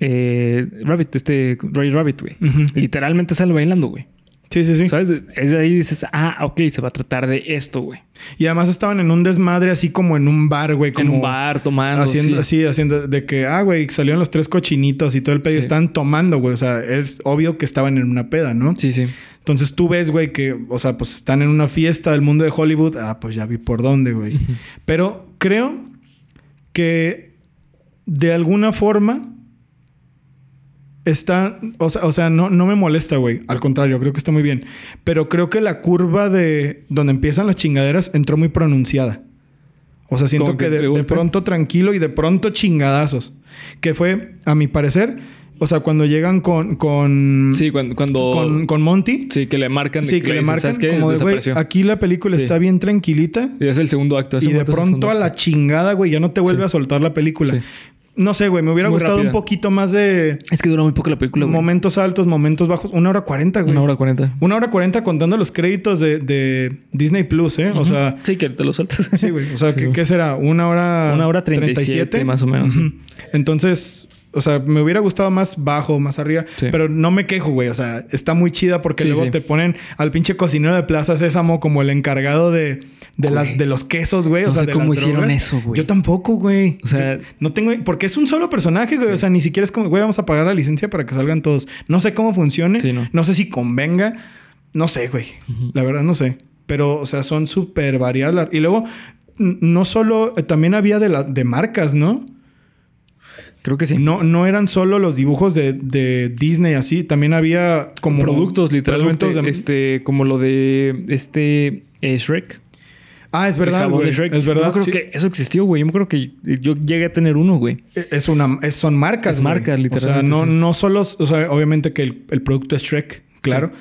Speaker 1: eh, Rabbit, este Ray Rabbit, güey.
Speaker 2: Ujú.
Speaker 1: Literalmente sale bailando, güey.
Speaker 2: Sí, Mm. sí, sí.
Speaker 1: ¿Sabes? Es de ahí dices, ah, ok, se va a tratar de esto, güey.
Speaker 2: Y además estaban en un desmadre así como en un bar, güey.
Speaker 1: En
Speaker 2: como
Speaker 1: un bar, tomando.
Speaker 2: Haciendo,
Speaker 1: sí.
Speaker 2: sí. haciendo de que, ah, güey, salieron los tres cochinitos y todo el pedo y
Speaker 1: Sí.
Speaker 2: estaban tomando, güey. O sea, es obvio que estaban en una peda, ¿no?
Speaker 1: Sí, sí.
Speaker 2: Entonces tú ves, güey, que, o sea, pues están en una fiesta del mundo de Hollywood. Ah, pues ya vi por dónde, güey. Pero creo que de alguna forma está, o sea, o sea, no, no me molesta, güey. Al contrario, creo que está muy bien. Pero creo que la curva de donde empiezan las chingaderas entró muy pronunciada. O sea, siento
Speaker 1: Como que
Speaker 2: que, de-
Speaker 1: de
Speaker 2: de,
Speaker 1: golpe.
Speaker 2: pronto tranquilo y de pronto chingadazos. Que fue, a mi parecer, o sea, cuando llegan con... Con,
Speaker 1: Sí, cuando. cuando
Speaker 2: con, con Monty.
Speaker 1: Sí, que le marcan. de
Speaker 2: Sí, que le
Speaker 1: dicen,
Speaker 2: marcan
Speaker 1: ¿Sabes qué?
Speaker 2: como de, güey,
Speaker 1: Desapareció.
Speaker 2: aquí la película
Speaker 1: Sí.
Speaker 2: está bien tranquilita
Speaker 1: Y es el segundo acto. ese
Speaker 2: y de
Speaker 1: momento es el
Speaker 2: pronto
Speaker 1: segundo
Speaker 2: a la
Speaker 1: acto.
Speaker 2: chingada, güey, ya no te vuelve
Speaker 1: Sí.
Speaker 2: a soltar la película.
Speaker 1: Sí.
Speaker 2: No sé, güey, me hubiera
Speaker 1: Muy
Speaker 2: gustado
Speaker 1: rápida.
Speaker 2: un poquito más de
Speaker 1: Es que dura muy poco la película, güey.
Speaker 2: momentos altos, momentos bajos. Una hora cuarenta, güey.
Speaker 1: Una hora cuarenta.
Speaker 2: Una hora cuarenta contando los créditos de, de Disney Plus, ¿eh? O sea,
Speaker 1: Sí, que te lo saltas.
Speaker 2: sí, güey. O sea,
Speaker 1: Sí,
Speaker 2: ¿qué,
Speaker 1: güey.
Speaker 2: qué será? ¿Una hora?
Speaker 1: Una hora treinta y siete, más o menos, sí.
Speaker 2: Ujú. Entonces, o sea, me hubiera gustado más bajo, más arriba.
Speaker 1: Sí.
Speaker 2: Pero no me quejo, güey. O sea, está muy chida porque
Speaker 1: Sí,
Speaker 2: luego
Speaker 1: sí.
Speaker 2: te ponen al pinche cocinero de Plaza Sésamo como el encargado de, de, la-
Speaker 1: Güey.
Speaker 2: de los quesos, güey. O
Speaker 1: No
Speaker 2: sea,
Speaker 1: sé
Speaker 2: de
Speaker 1: cómo
Speaker 2: las
Speaker 1: hicieron
Speaker 2: drogas.
Speaker 1: eso, güey.
Speaker 2: Yo tampoco, güey.
Speaker 1: O sea-
Speaker 2: no tengo... Porque es un solo personaje, güey. O sea, ni siquiera es como, güey, vamos a pagar la licencia para que salgan todos. No sé cómo funcione.
Speaker 1: Sí, no.
Speaker 2: no sé si convenga. No sé, güey. La verdad no sé. Pero, o sea, son súper variadas. la- Y luego, n- no solo... eh, También había de, la, de marcas, ¿no?
Speaker 1: Creo que sí.
Speaker 2: No, no eran solo los dibujos de, de Disney así. También había como...
Speaker 1: productos, literalmente.
Speaker 2: productos de-
Speaker 1: este, como lo de este eh, Shrek.
Speaker 2: Ah, es
Speaker 1: El
Speaker 2: verdad,
Speaker 1: jabón
Speaker 2: güey.
Speaker 1: de Shrek.
Speaker 2: Es
Speaker 1: Yo
Speaker 2: verdad.
Speaker 1: me acuerdo
Speaker 2: sí.
Speaker 1: que eso existió, güey. Yo me acuerdo que yo llegué a tener uno, güey.
Speaker 2: E- Es una... es- son marcas,
Speaker 1: Es
Speaker 2: güey.
Speaker 1: marca, literalmente,
Speaker 2: O sea, no,
Speaker 1: sí.
Speaker 2: no solo... O sea, obviamente que el, el producto es Shrek. Claro.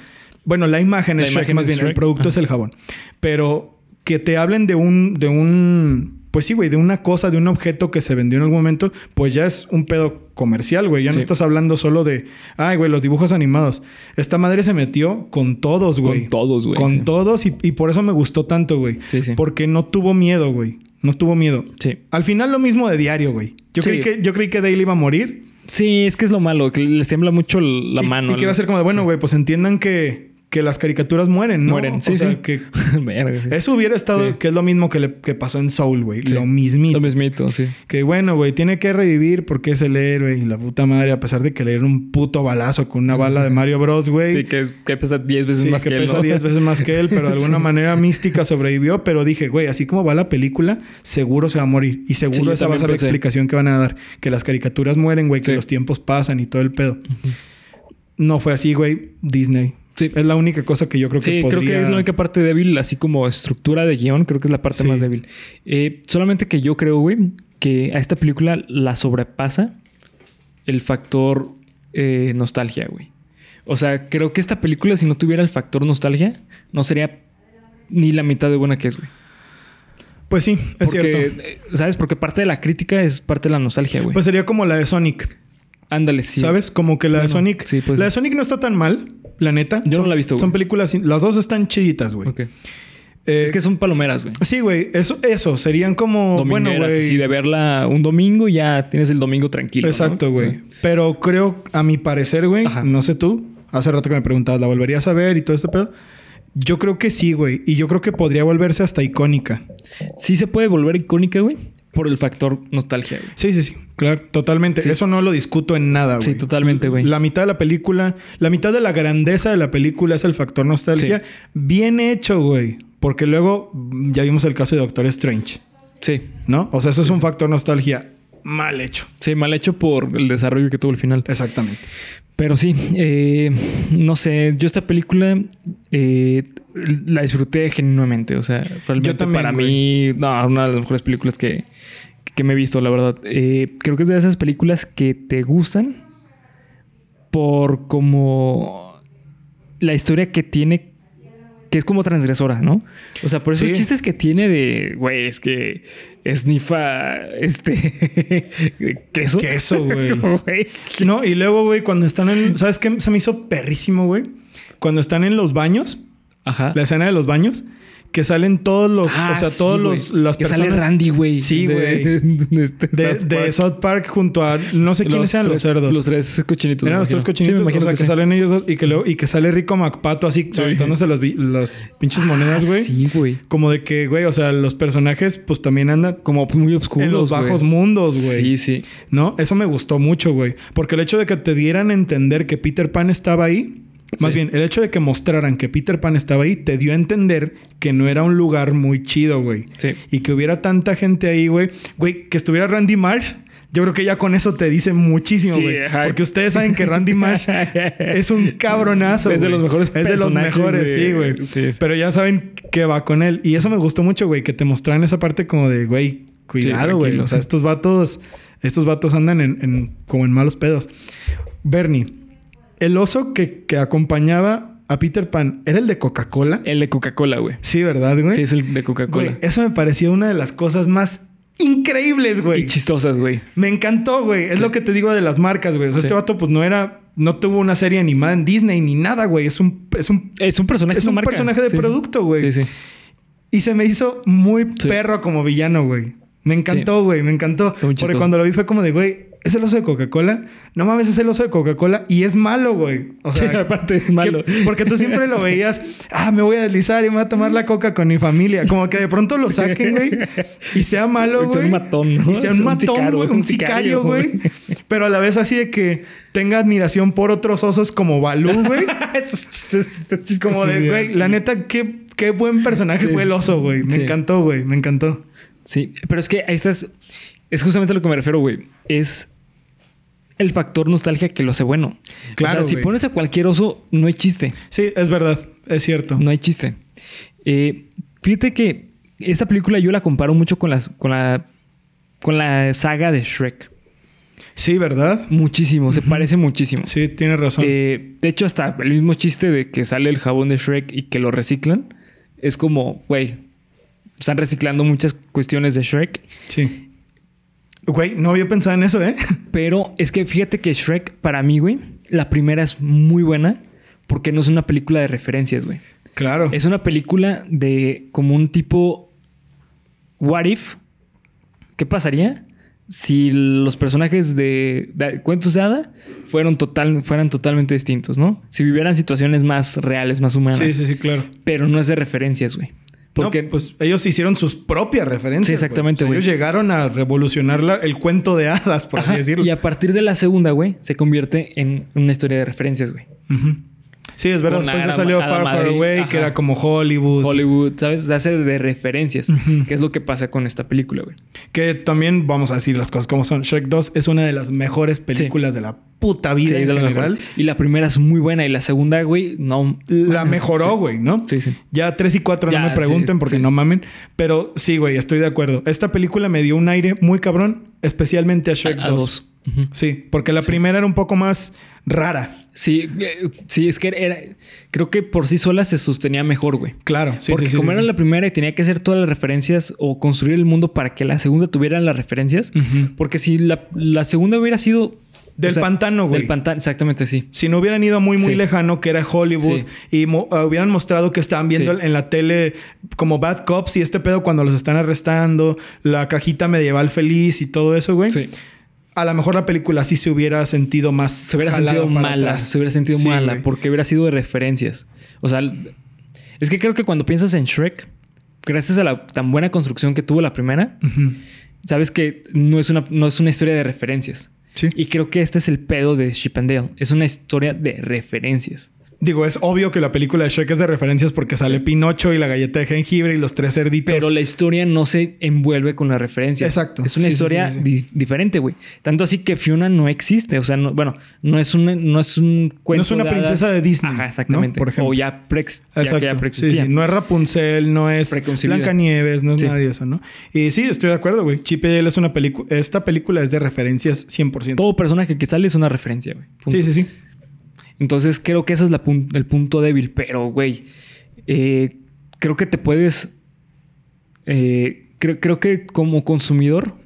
Speaker 2: Bueno, la imagen
Speaker 1: La
Speaker 2: es Shrek
Speaker 1: imagen
Speaker 2: más
Speaker 1: es
Speaker 2: bien. El
Speaker 1: Shrek.
Speaker 2: producto
Speaker 1: Ajá.
Speaker 2: es el jabón. Pero que te hablen de un... De un pues sí, güey. De una cosa, de un objeto que se vendió en algún momento. Pues ya es un pedo comercial, güey. Ya
Speaker 1: Sí.
Speaker 2: no estás hablando solo de... Ay, güey, los dibujos animados. Esta madre se metió con todos, Pues, güey.
Speaker 1: Con todos, güey.
Speaker 2: Con
Speaker 1: sí.
Speaker 2: todos. Y, y por eso me gustó tanto, güey.
Speaker 1: Sí, sí.
Speaker 2: Porque no tuvo miedo, güey. No tuvo miedo.
Speaker 1: Sí.
Speaker 2: Al final lo mismo de diario, güey. Yo,
Speaker 1: Sí.
Speaker 2: creí, que, yo creí que Dale iba a morir.
Speaker 1: Sí, es que es lo malo, que les tiembla mucho la
Speaker 2: y,
Speaker 1: mano.
Speaker 2: Y que iba a ser como de, bueno, güey, pues entiendan que, que las caricaturas mueren, ¿no?
Speaker 1: Mueren.
Speaker 2: O
Speaker 1: Sí,
Speaker 2: sea,
Speaker 1: sí.
Speaker 2: que
Speaker 1: Verga, sí.
Speaker 2: eso hubiera estado,
Speaker 1: Sí.
Speaker 2: que es lo mismo que, le, que pasó en Soul, güey.
Speaker 1: Sí.
Speaker 2: Lo mismito.
Speaker 1: Lo mismito, sí.
Speaker 2: Que bueno, güey, tiene que revivir porque es el héroe y la puta madre, a pesar de que le dieron un puto balazo con una bala de Mario Bros, güey.
Speaker 1: Sí, que, es- que pesa 10 veces
Speaker 2: Sí,
Speaker 1: más que,
Speaker 2: que,
Speaker 1: él,
Speaker 2: pesa
Speaker 1: ¿no?
Speaker 2: 10 veces más que él, pero de alguna manera mística sobrevivió. Pero dije, güey, así como va la película, seguro se va a morir. Y
Speaker 1: Sí,
Speaker 2: seguro
Speaker 1: yo
Speaker 2: esa va a
Speaker 1: también
Speaker 2: ser
Speaker 1: pensé.
Speaker 2: la explicación que van a dar. Que las caricaturas mueren, güey, que
Speaker 1: Sí.
Speaker 2: los tiempos pasan y todo el pedo. No fue así, güey. Disney.
Speaker 1: Sí.
Speaker 2: Es la única cosa que yo creo que
Speaker 1: Sí,
Speaker 2: podría...
Speaker 1: creo que es la única parte débil, así como estructura de guión, creo que es la parte
Speaker 2: Sí.
Speaker 1: más débil. Eh, solamente que yo creo, güey, que a esta película la sobrepasa el factor eh, nostalgia, güey. O sea, creo que esta película, si no tuviera el factor nostalgia, no sería ni la mitad de buena que es, güey.
Speaker 2: Pues sí, es
Speaker 1: Porque,
Speaker 2: cierto.
Speaker 1: eh, ¿sabes? Porque parte de la crítica es parte de la nostalgia, güey.
Speaker 2: Pues sería como la de Sonic,
Speaker 1: Ándale, sí.
Speaker 2: ¿sabes? Como que la de
Speaker 1: Bueno,
Speaker 2: Sonic...
Speaker 1: sí, pues
Speaker 2: la
Speaker 1: sí.
Speaker 2: de Sonic no está tan mal, la neta.
Speaker 1: Yo no
Speaker 2: Son-
Speaker 1: la he visto,
Speaker 2: Son
Speaker 1: güey.
Speaker 2: películas... Las dos están chiditas, güey.
Speaker 1: Ok.
Speaker 2: Eh,
Speaker 1: es que son palomeras, güey.
Speaker 2: Sí, güey. Eso, eso. Serían como...
Speaker 1: Domingueras,
Speaker 2: bueno, güey...
Speaker 1: así de verla un domingo, ya tienes el domingo tranquilo. ¿no?
Speaker 2: Exacto, güey.
Speaker 1: O sea,
Speaker 2: Pero creo, a mi parecer, güey,
Speaker 1: Ajá.
Speaker 2: no sé tú, hace rato que me preguntabas, ¿la volverías a ver y todo este pedo? Yo creo que sí, güey. Y yo creo que podría volverse hasta icónica.
Speaker 1: sí se puede volver icónica, güey. por el factor nostalgia. güey.
Speaker 2: Sí, sí, sí, claro, totalmente.
Speaker 1: Sí.
Speaker 2: Eso no lo discuto en nada, güey.
Speaker 1: Sí, totalmente, güey.
Speaker 2: La mitad de la película, la mitad de la grandeza de la película es el factor nostalgia.
Speaker 1: Sí.
Speaker 2: Bien hecho, güey. Porque luego mm, ya vimos el caso de Doctor Strange,
Speaker 1: Sí.
Speaker 2: ¿no? O sea, eso es un factor nostalgia mal hecho.
Speaker 1: Sí, mal hecho por el desarrollo que tuvo el final.
Speaker 2: Exactamente.
Speaker 1: Pero sí, eh, no sé, yo esta película eh, la disfruté genuinamente. O sea, realmente
Speaker 2: Yo también,
Speaker 1: para
Speaker 2: güey.
Speaker 1: mí, no, una de las mejores películas que, que me he visto, la verdad. Eh, creo que es de esas películas que te gustan por como la historia que tiene, que es como transgresora, ¿no? O sea, por esos
Speaker 2: Sí.
Speaker 1: chistes que tiene de, güey, es que esnifa este queso.
Speaker 2: Queso,
Speaker 1: Es
Speaker 2: güey.
Speaker 1: como, güey,
Speaker 2: No, y luego, güey, cuando están en. ¿Sabes qué? Se me hizo perrísimo, güey. Cuando están en los baños,
Speaker 1: Ajá.
Speaker 2: la escena de los baños, que salen todos los. o sea, todos los. Las
Speaker 1: Ah, que
Speaker 2: personas
Speaker 1: sale Randy, güey.
Speaker 2: Sí,
Speaker 1: De-
Speaker 2: güey.
Speaker 1: De, este
Speaker 2: de, de South Park junto a. No sé quiénes eran los cerdos.
Speaker 1: Los tres cochinitos. me
Speaker 2: Eran los
Speaker 1: imagino.
Speaker 2: tres
Speaker 1: Sí, me
Speaker 2: cochinitos, o
Speaker 1: imagino
Speaker 2: sea, que,
Speaker 1: sí.
Speaker 2: salen ellos dos y que, luego, y que sale Rico MacPato así
Speaker 1: Sí.
Speaker 2: aventándose las, vi- las pinches
Speaker 1: Ah,
Speaker 2: monedas, güey.
Speaker 1: Sí, güey.
Speaker 2: Como de que, güey, o sea, los personajes pues también andan
Speaker 1: Como muy oscuros.
Speaker 2: en los
Speaker 1: güey.
Speaker 2: bajos mundos, güey.
Speaker 1: Sí, sí.
Speaker 2: ¿No? Eso me gustó mucho, güey. Porque el hecho de que te dieran a entender que Peter Pan estaba ahí, más
Speaker 1: Sí.
Speaker 2: bien, el hecho de que mostraran que Peter Pan estaba ahí, te dio a entender que no era un lugar muy chido, güey.
Speaker 1: Sí.
Speaker 2: Y que hubiera tanta gente ahí, güey. Güey, que estuviera Randy Marsh. Yo creo que ya con eso te dice muchísimo,
Speaker 1: Sí,
Speaker 2: güey.
Speaker 1: ajá.
Speaker 2: Porque ustedes saben que Randy Marsh es un cabronazo.
Speaker 1: Es de
Speaker 2: güey.
Speaker 1: los mejores
Speaker 2: Es de los
Speaker 1: personajes
Speaker 2: mejores,
Speaker 1: de-
Speaker 2: sí, güey.
Speaker 1: sí, sí.
Speaker 2: Pero ya saben que va con él. Y eso me gustó mucho, güey, que te mostraran esa parte como de, güey, cuidado,
Speaker 1: tranquilo,
Speaker 2: güey. o sea,
Speaker 1: sí.
Speaker 2: estos vatos, estos vatos andan en, en- como en malos pedos. Bernie, el oso que, que acompañaba a Peter Pan, ¿era el de Coca-Cola?
Speaker 1: El de Coca-Cola, güey.
Speaker 2: Sí, ¿verdad, güey?
Speaker 1: Sí, es el de
Speaker 2: Güey,
Speaker 1: Coca-Cola.
Speaker 2: eso me parecía una de las cosas más increíbles, güey.
Speaker 1: Y chistosas, güey.
Speaker 2: Me encantó, güey. Es lo que te digo de las marcas, güey. O sea,
Speaker 1: Sí.
Speaker 2: este vato, pues no era. No tuvo una serie animada en Disney ni nada, güey. Es un. Es un
Speaker 1: Es un personaje
Speaker 2: Es
Speaker 1: una
Speaker 2: un
Speaker 1: marca.
Speaker 2: personaje de
Speaker 1: Sí, sí.
Speaker 2: producto, güey.
Speaker 1: Sí, sí.
Speaker 2: y se me hizo muy
Speaker 1: Sí.
Speaker 2: perro como villano, güey. Me encantó, güey. Me encantó.
Speaker 1: Está muy
Speaker 2: Porque
Speaker 1: chistoso.
Speaker 2: cuando lo vi fue como de, güey, es el oso de Coca-Cola. No mames, es el oso de Coca-Cola y es malo, güey. O sea,
Speaker 1: Sí, aparte es malo.
Speaker 2: que- porque tú siempre lo veías, ah, me voy a deslizar y me voy a tomar la coca con mi familia. Como que de pronto lo saquen, güey, y sea malo,
Speaker 1: Sea
Speaker 2: güey.
Speaker 1: un matón, ¿no?
Speaker 2: Y
Speaker 1: Sea
Speaker 2: sea un
Speaker 1: un
Speaker 2: matón,
Speaker 1: sicario,
Speaker 2: güey, un sicario, güey. Pero a la vez así de que tenga admiración por otros osos como Balú, güey. Como de, güey, la neta, qué, qué buen personaje
Speaker 1: Sí,
Speaker 2: fue el oso, güey. Me
Speaker 1: sí.
Speaker 2: encantó, güey, me encantó.
Speaker 1: Sí, pero es que ahí estás. Es justamente a lo que me refiero, güey. Es el factor nostalgia que lo hace bueno.
Speaker 2: Claro,
Speaker 1: o sea, si
Speaker 2: güey.
Speaker 1: pones a cualquier oso, no hay chiste.
Speaker 2: Sí, es verdad, es cierto.
Speaker 1: No hay chiste. Eh, fíjate que esta película yo la comparo mucho con las con la con la saga de Shrek.
Speaker 2: Sí, ¿verdad?
Speaker 1: Muchísimo, se parece muchísimo.
Speaker 2: Sí, tienes razón.
Speaker 1: Eh, de hecho, hasta el mismo chiste de que sale el jabón de Shrek y que lo reciclan. Es como, güey, están reciclando muchas cuestiones de Shrek.
Speaker 2: Sí. Güey, no había pensado en eso, ¿eh?
Speaker 1: Pero es que fíjate que Shrek, para mí, güey, la primera es muy buena porque no es una película de referencias, güey.
Speaker 2: Claro.
Speaker 1: Es una película de como un tipo What If. ¿Qué pasaría si los personajes de, de cuentos de hada fueron total, fueran totalmente distintos, ¿no? Si vivieran situaciones más reales, más humanas.
Speaker 2: Sí, sí, sí, claro.
Speaker 1: Pero no es de referencias, güey. Porque
Speaker 2: No, pues ellos hicieron sus propias referencias.
Speaker 1: Sí, exactamente,
Speaker 2: güey. O sea,
Speaker 1: güey.
Speaker 2: ellos llegaron a revolucionar la- el cuento de hadas, por
Speaker 1: Ajá,
Speaker 2: así decirlo.
Speaker 1: Y a partir de la segunda, güey, se convierte en una historia de referencias, güey.
Speaker 2: Ujú. Sí, es verdad.
Speaker 1: Con
Speaker 2: Después ya
Speaker 1: Adam-
Speaker 2: salió
Speaker 1: Adam
Speaker 2: Far Far
Speaker 1: Madrid,
Speaker 2: Away,
Speaker 1: ajá.
Speaker 2: que era como Hollywood,
Speaker 1: Hollywood, ¿sabes? Se hace de referencias,
Speaker 2: Pues, Ujú.
Speaker 1: que es lo que pasa con esta película, güey.
Speaker 2: Que también, vamos a decir las cosas como son. Shrek 2 es una de las mejores películas de la puta vida
Speaker 1: Sí,
Speaker 2: en
Speaker 1: de las
Speaker 2: general.
Speaker 1: mejores. Y la primera es muy buena y la segunda, güey, no.
Speaker 2: La
Speaker 1: mames,
Speaker 2: mejoró, güey, ¿no?
Speaker 1: Sí, sí.
Speaker 2: Ya 3 y 4
Speaker 1: Ya,
Speaker 2: no me
Speaker 1: sí,
Speaker 2: pregunten porque
Speaker 1: sí.
Speaker 2: no mamen. Pero sí, güey, estoy de acuerdo. Esta película me dio un aire muy cabrón, especialmente a Shrek
Speaker 1: A- a
Speaker 2: 2.
Speaker 1: dos. Ujú.
Speaker 2: Sí, porque la primera era un poco más rara.
Speaker 1: Sí, eh, sí, es que era. Creo que por sí sola se sostenía mejor, güey.
Speaker 2: Claro, sí,
Speaker 1: Porque
Speaker 2: sí, sí,
Speaker 1: como
Speaker 2: sí,
Speaker 1: era
Speaker 2: sí.
Speaker 1: la primera y tenía que hacer todas las referencias o construir el mundo para que la segunda tuviera las referencias.
Speaker 2: Ujú.
Speaker 1: Porque si la, la segunda hubiera sido.
Speaker 2: Del pantano, güey.
Speaker 1: Del pantano, exactamente, sí.
Speaker 2: Si no hubieran ido muy, muy
Speaker 1: Sí.
Speaker 2: lejano, que era Hollywood, y mo- ah, hubieran mostrado que estaban viendo
Speaker 1: Sí.
Speaker 2: en la tele como Bad Cops y este pedo cuando los están arrestando, la cajita medieval feliz y todo eso, güey.
Speaker 1: Sí.
Speaker 2: A lo mejor la película sí se hubiera sentido más.
Speaker 1: se hubiera
Speaker 2: jalada
Speaker 1: sentido
Speaker 2: para
Speaker 1: mala,
Speaker 2: atrás.
Speaker 1: se hubiera sentido
Speaker 2: Sí,
Speaker 1: mala,
Speaker 2: güey.
Speaker 1: porque hubiera sido de referencias. O sea, es que creo que cuando piensas en Shrek, gracias a la tan buena construcción que tuvo la primera,
Speaker 2: Ujú.
Speaker 1: sabes que no es una, no es una historia de referencias.
Speaker 2: Sí.
Speaker 1: Y creo que este es el pedo de Chip and Dale. Es una historia de referencias.
Speaker 2: Digo, es obvio que la película de Shrek es de referencias porque sale Pinocho y la galleta de jengibre y los tres cerditos.
Speaker 1: Pero la historia no se envuelve con las referencias.
Speaker 2: Exacto.
Speaker 1: Es una
Speaker 2: Sí, sí,
Speaker 1: historia
Speaker 2: sí, sí, sí.
Speaker 1: di- diferente, güey. Tanto así que Fiona no existe. O sea, no- bueno, no es un, no es un cuento.
Speaker 2: es una
Speaker 1: de hadas.
Speaker 2: princesa de Disney,
Speaker 1: Ajá, exactamente.
Speaker 2: ¿no? Por ejemplo.
Speaker 1: O ya, prex, ya que
Speaker 2: Exacto.
Speaker 1: ya
Speaker 2: Sí,
Speaker 1: preexistía.
Speaker 2: sí. No es Rapunzel, no es
Speaker 1: Preconcebida.
Speaker 2: Blancanieves, no es
Speaker 1: Sí.
Speaker 2: nada de eso, ¿no? Y sí, estoy de acuerdo, güey. Chip y Dale es una película. Esta película es de referencias 100%.
Speaker 1: Todo personaje que sale es una referencia, güey. Punto.
Speaker 2: Sí, sí, sí.
Speaker 1: Entonces creo que ese es la pun- el punto débil, pero güey, eh, creo que te puedes... eh, creo, creo que como consumidor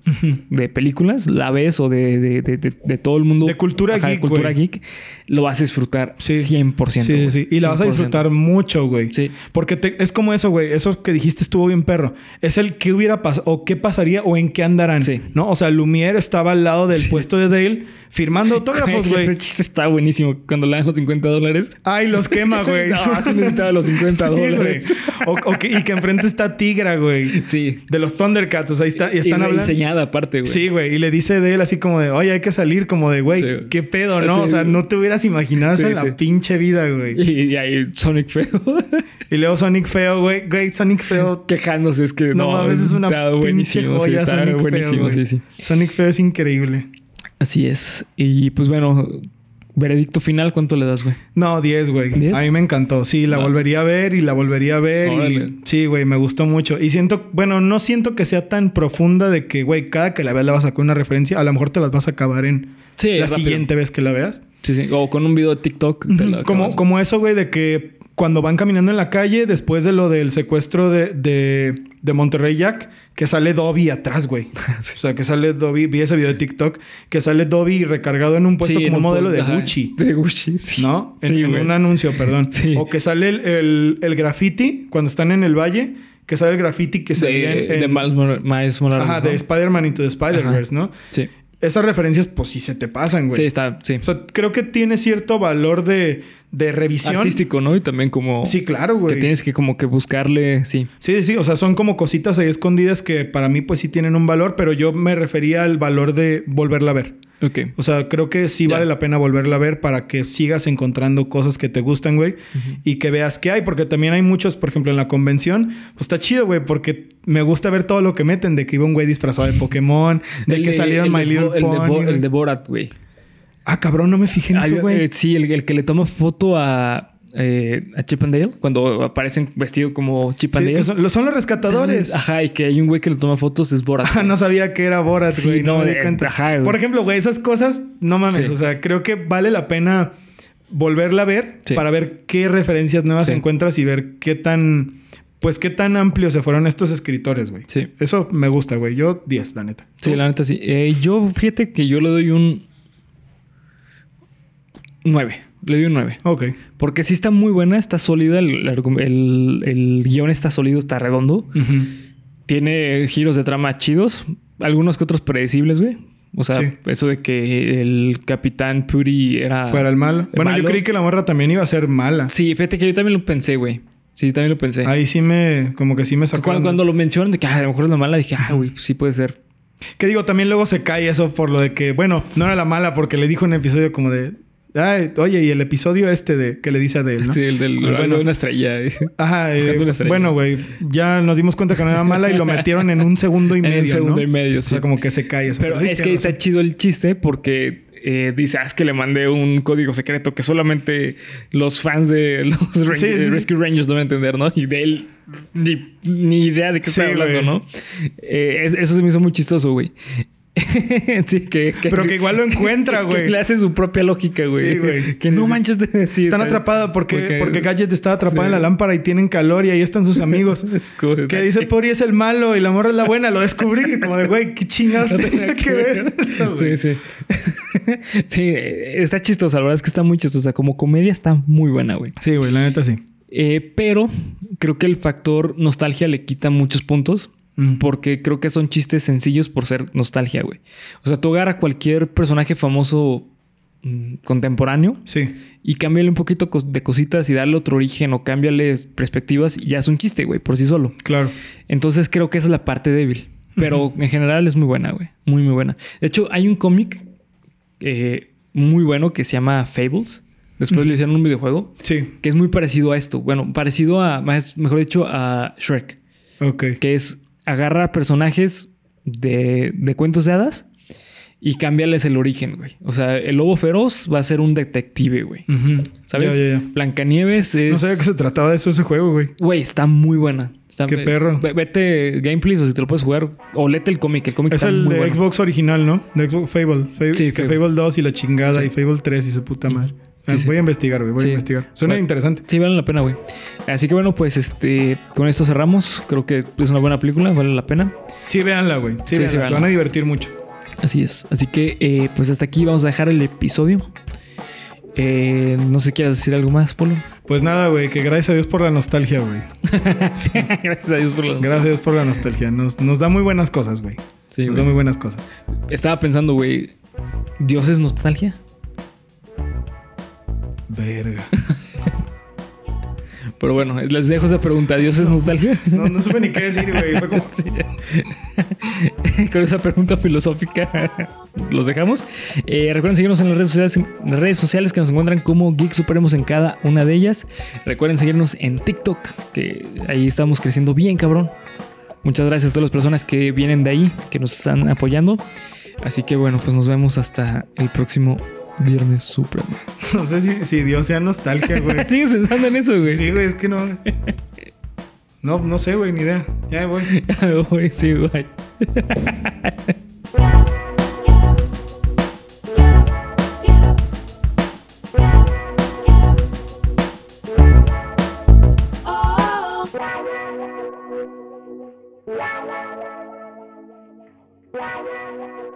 Speaker 1: de películas, la ves o de, de- de- de- de todo el mundo...
Speaker 2: De cultura geek,
Speaker 1: cultura
Speaker 2: güey.
Speaker 1: geek, lo vas a disfrutar
Speaker 2: Sí.
Speaker 1: 100%.
Speaker 2: Sí, sí,
Speaker 1: güey.
Speaker 2: sí. Y la vas a
Speaker 1: 100%.
Speaker 2: disfrutar mucho, güey.
Speaker 1: Sí.
Speaker 2: Porque te- es como eso, güey. Eso que dijiste estuvo bien perro. Es el qué hubiera pasado o qué pasaría o en qué andarán.
Speaker 1: Sí.
Speaker 2: ¿No? O sea, Lumiere estaba al lado del puesto de Dale firmando autógrafos,
Speaker 1: Ese
Speaker 2: güey.
Speaker 1: chiste está buenísimo. Cuando le dan los 50 dólares...
Speaker 2: Ay, los quema, güey.
Speaker 1: Ah, sí necesitaba los 50
Speaker 2: Sí, güey.
Speaker 1: dólares.
Speaker 2: O- o que- y que enfrente está Tigra, güey.
Speaker 1: Sí.
Speaker 2: De los Thundercats. O sea, ahí está, y están
Speaker 1: y
Speaker 2: hablando.
Speaker 1: enseñada aparte, güey.
Speaker 2: Sí, güey. Y le dice de él así como de, oye, hay que salir, como de, güey,
Speaker 1: Sí, güey.
Speaker 2: qué pedo, ¿no?
Speaker 1: Sí,
Speaker 2: o sea,
Speaker 1: güey.
Speaker 2: no te hubieras imaginado eso
Speaker 1: Sí,
Speaker 2: en la
Speaker 1: sí.
Speaker 2: pinche vida, güey.
Speaker 1: Y, y ahí Sonic feo.
Speaker 2: Y luego Sonic feo, güey. Güey, Sonic feo.
Speaker 1: quejándose es que
Speaker 2: No,
Speaker 1: no,
Speaker 2: mames, es una
Speaker 1: está
Speaker 2: pinche
Speaker 1: buenísimo, sí,
Speaker 2: joya
Speaker 1: está
Speaker 2: Sonic feo.
Speaker 1: buenísimo,
Speaker 2: güey.
Speaker 1: sí, sí.
Speaker 2: Sonic feo es increíble.
Speaker 1: Así es. Y pues bueno, veredicto final, ¿cuánto le das, güey?
Speaker 2: No, 10, güey.
Speaker 1: ¿Diez?
Speaker 2: A mí me encantó. Sí, la
Speaker 1: Ah.
Speaker 2: volvería a ver y la volvería a ver.
Speaker 1: Órale.
Speaker 2: Y, sí, güey, me gustó mucho. Y siento, bueno, no siento que sea tan profunda de que, güey, cada que la veas le vas a sacar una referencia. A lo mejor te las vas a acabar en
Speaker 1: Sí,
Speaker 2: la
Speaker 1: rápido.
Speaker 2: siguiente vez que la veas.
Speaker 1: Sí, sí. O con un video de TikTok. te lo
Speaker 2: Como,
Speaker 1: acabas,
Speaker 2: como eso, güey, de que cuando van caminando en la calle, después de lo del secuestro de, de, de Monterrey Jack, que sale Dobby atrás, güey.
Speaker 1: Ah,
Speaker 2: O sea, que sale Dobby, vi ese video de TikTok, que sale Dobby recargado en un
Speaker 1: güey.
Speaker 2: puesto
Speaker 1: Sí,
Speaker 2: como
Speaker 1: en
Speaker 2: un modelo de
Speaker 1: ajá,
Speaker 2: Gucci.
Speaker 1: De Gucci, sí.
Speaker 2: ¿No? En,
Speaker 1: Sí,
Speaker 2: en
Speaker 1: güey.
Speaker 2: un anuncio, perdón.
Speaker 1: Sí.
Speaker 2: O que sale el, el, el graffiti cuando están en el valle, que sale el graffiti que se veía en,
Speaker 1: de, de
Speaker 2: en-
Speaker 1: Miles Mor- Miles Morales.
Speaker 2: Ajá, de este
Speaker 1: ¿no?
Speaker 2: Spider-Man y de Spider-Verse, ¿no?
Speaker 1: Sí.
Speaker 2: Esas referencias, pues sí se te pasan, güey.
Speaker 1: Sí, está, sí.
Speaker 2: O sea, creo que tiene cierto valor de, de revisión.
Speaker 1: Artístico, ¿no? Y también como
Speaker 2: Sí, claro,
Speaker 1: Oh. que
Speaker 2: güey.
Speaker 1: tienes que como que buscarle, sí.
Speaker 2: Sí, sí, o sea, son como cositas ahí escondidas que para mí pues sí tienen un valor, pero yo me refería al valor de volverla a ver.
Speaker 1: Ok.
Speaker 2: O sea, creo que sí
Speaker 1: Ya.
Speaker 2: vale la pena volverla a ver para que sigas encontrando cosas que te gustan, güey, y que veas qué hay, porque también hay muchos, por ejemplo, en la convención, pues está chido, güey, porque me gusta ver todo lo que meten, de que iba un güey disfrazado de Pokémon, de
Speaker 1: El
Speaker 2: que salieron
Speaker 1: el
Speaker 2: My
Speaker 1: de
Speaker 2: Little
Speaker 1: Bo- el de,
Speaker 2: Pony,
Speaker 1: Bo-
Speaker 2: güey.
Speaker 1: el de Borat, güey.
Speaker 2: Ah, cabrón, no me fijé en
Speaker 1: Hay-
Speaker 2: eso, güey.
Speaker 1: eh, sí, el, el que le toma foto a, eh, a Chip and Dale cuando aparecen vestido como Chip
Speaker 2: Sí,
Speaker 1: and Dale.
Speaker 2: que son, lo- son los rescatadores.
Speaker 1: Ajá, y que hay un güey que le toma fotos, es Borat.
Speaker 2: Ah, no sabía que era Borat,
Speaker 1: Sí,
Speaker 2: güey.
Speaker 1: no,
Speaker 2: no, me di
Speaker 1: eh,
Speaker 2: cuenta.
Speaker 1: ajá, güey.
Speaker 2: Por ejemplo, güey, esas cosas, no mames.
Speaker 1: Sí.
Speaker 2: O sea, creo que vale la pena volverla a ver
Speaker 1: Sí.
Speaker 2: para ver qué referencias nuevas
Speaker 1: Sí.
Speaker 2: encuentras y ver qué tan, pues qué tan amplios se fueron estos escritores, güey.
Speaker 1: Sí.
Speaker 2: Eso me gusta, güey. Yo 10, la neta.
Speaker 1: Sí,
Speaker 2: ¿Tú?
Speaker 1: la neta sí. Eh, yo, fíjate que yo le doy un 9. Le doy un 9.
Speaker 2: Ok.
Speaker 1: Porque sí está muy buena, está sólida, el, argu- el- el guión está sólido, está redondo. Tiene giros de trama chidos, algunos que otros predecibles, güey. O sea,
Speaker 2: Sí.
Speaker 1: eso de que el capitán Puri era...
Speaker 2: Fuera el mal. Bueno, yo
Speaker 1: malo.
Speaker 2: creí que la morra también iba a ser mala.
Speaker 1: Sí, fíjate que yo también lo pensé, güey. Sí, también lo pensé.
Speaker 2: Ahí sí me, como que sí me sacó.
Speaker 1: cuando,
Speaker 2: onda.
Speaker 1: cuando lo mencionan de que "Ah, a lo mejor es la mala, dije, ah, güey, pues sí puede ser.
Speaker 2: Que digo, también luego se cae eso por lo de que, bueno, no era la mala porque le dijo en el episodio como de, "Ay, oye, y el episodio este de que le dice a Dale, ¿no?
Speaker 1: Sí, el del
Speaker 2: Ah, bueno.
Speaker 1: algo de una estrella. eh.
Speaker 2: Ajá, eh,
Speaker 1: Buscando una estrella.
Speaker 2: bueno, güey, ya nos dimos cuenta que no era mala y lo metieron en un segundo y
Speaker 1: En un
Speaker 2: medio.
Speaker 1: segundo
Speaker 2: ¿no?
Speaker 1: y medio,
Speaker 2: O sea,
Speaker 1: sí.
Speaker 2: como que se cae eso.
Speaker 1: Pero
Speaker 2: sí
Speaker 1: es que
Speaker 2: tienes
Speaker 1: está
Speaker 2: razón.
Speaker 1: chido el chiste porque eh, dice, ah, es que le mandé un código secreto que solamente los fans de los Ran-
Speaker 2: Sí, sí, sí.
Speaker 1: Rescue Rangers deben entender, ¿no? Y de él ni, ni idea de qué
Speaker 2: Sí,
Speaker 1: está hablando,
Speaker 2: güey.
Speaker 1: ¿no? Eh, es- eso se me hizo muy chistoso, güey. sí, que,
Speaker 2: Pero que igual lo encuentra,
Speaker 1: que
Speaker 2: güey.
Speaker 1: le hace su propia lógica, güey.
Speaker 2: Sí, güey.
Speaker 1: Que
Speaker 2: Sí,
Speaker 1: no
Speaker 2: sí.
Speaker 1: manches de decir.
Speaker 2: Están atrapados porque, porque... Gadget está atrapada
Speaker 1: Sí.
Speaker 2: en la lámpara y tienen calor y ahí están sus amigos. que dice, Pori es el malo y la morra es la buena. Lo descubrí. Y como de, güey, qué chingados
Speaker 1: No tenía
Speaker 2: tenía que ver eso,
Speaker 1: Sí,
Speaker 2: güey.
Speaker 1: sí. sí, eh, está chistosa. La verdad es que está muy chistosa. Como comedia está muy buena, güey.
Speaker 2: Sí, güey, la neta sí.
Speaker 1: Eh, pero creo que el factor nostalgia le quita muchos puntos.
Speaker 2: Mm.
Speaker 1: Porque creo que son chistes sencillos por ser nostalgia, güey. O sea, tú agarra cualquier personaje famoso mm, contemporáneo
Speaker 2: Sí.
Speaker 1: y cámbiale un poquito cos- de cositas y darle otro origen o cámbiale perspectivas y ya es un chiste, güey, por sí solo.
Speaker 2: Claro.
Speaker 1: Entonces creo que esa es la parte débil. Pero en general es muy buena, güey. Muy, muy buena. De hecho, hay un cómic eh, muy bueno que se llama Fables. Después le hicieron un videojuego
Speaker 2: Sí,
Speaker 1: que es muy parecido a esto. Bueno, parecido a, más, mejor dicho, a Shrek.
Speaker 2: ok.
Speaker 1: Que es agarra personajes de, de cuentos de hadas y cámbiales el origen, güey. O sea, el lobo feroz va a ser un detective, güey.
Speaker 2: Ujú.
Speaker 1: ¿Sabes?
Speaker 2: Ya, ya, ya.
Speaker 1: Blancanieves es.
Speaker 2: No sabía que se trataba de eso ese juego, güey.
Speaker 1: Güey, está muy buena. Está-
Speaker 2: Qué perro.
Speaker 1: Ve- Vete gameplays o si te lo puedes jugar. O lete el cómic. El cómic
Speaker 2: Es
Speaker 1: está
Speaker 2: el
Speaker 1: muy
Speaker 2: de
Speaker 1: bueno.
Speaker 2: Xbox original, ¿no? De Xbox Fable. Fable
Speaker 1: Sí,
Speaker 2: que
Speaker 1: Fable.
Speaker 2: Fable. 2 y la chingada
Speaker 1: Sí.
Speaker 2: y Fable 3 y su puta madre.
Speaker 1: Sí,
Speaker 2: Ah,
Speaker 1: sí.
Speaker 2: Voy a investigar, güey. Voy
Speaker 1: Sí.
Speaker 2: a investigar. Suena
Speaker 1: Bueno.
Speaker 2: interesante.
Speaker 1: Sí, vale la pena, güey. Así que bueno, pues este con esto cerramos. Creo que es una buena película, vale la pena.
Speaker 2: Sí, véanla, güey.
Speaker 1: Sí,
Speaker 2: Sí,
Speaker 1: sí,
Speaker 2: véanla. Se
Speaker 1: véanla.
Speaker 2: van a divertir mucho.
Speaker 1: Así es. Así que eh, pues hasta aquí vamos a dejar el episodio. Eh, no sé si quieres decir algo más, Polo.
Speaker 2: Pues nada, güey, que gracias a Dios por la nostalgia, güey.
Speaker 1: Sí, gracias a Dios por la...
Speaker 2: Gracias a Dios por la nostalgia. Nos, nos da muy buenas cosas, güey.
Speaker 1: Sí,
Speaker 2: nos
Speaker 1: güey.
Speaker 2: da muy buenas cosas.
Speaker 1: Estaba pensando, güey. ¿Dios es nostalgia?
Speaker 2: Verga.
Speaker 1: Pero bueno, les dejo esa pregunta. ¿Dios es nostalgia?
Speaker 2: No, no supe ni qué decir, güey. Fue como.
Speaker 1: Con esa pregunta filosófica los dejamos. Eh, recuerden seguirnos en las redes sociales, en las redes sociales que nos encuentran como Geek Supremos en cada una de ellas. Recuerden seguirnos en TikTok, que ahí estamos creciendo bien, cabrón. Muchas gracias a todas las personas que vienen de ahí, que nos están apoyando. Así que bueno, pues nos vemos hasta el próximo Viernes Supremo.
Speaker 2: No sé si, si Dios sea nostalgia, güey.
Speaker 1: ¿Sigues pensando en eso, güey?
Speaker 2: Sí, güey, es que no. No, no sé, güey, ni idea. Ya me voy.
Speaker 1: Güey, sí, güey.
Speaker 3: Oh.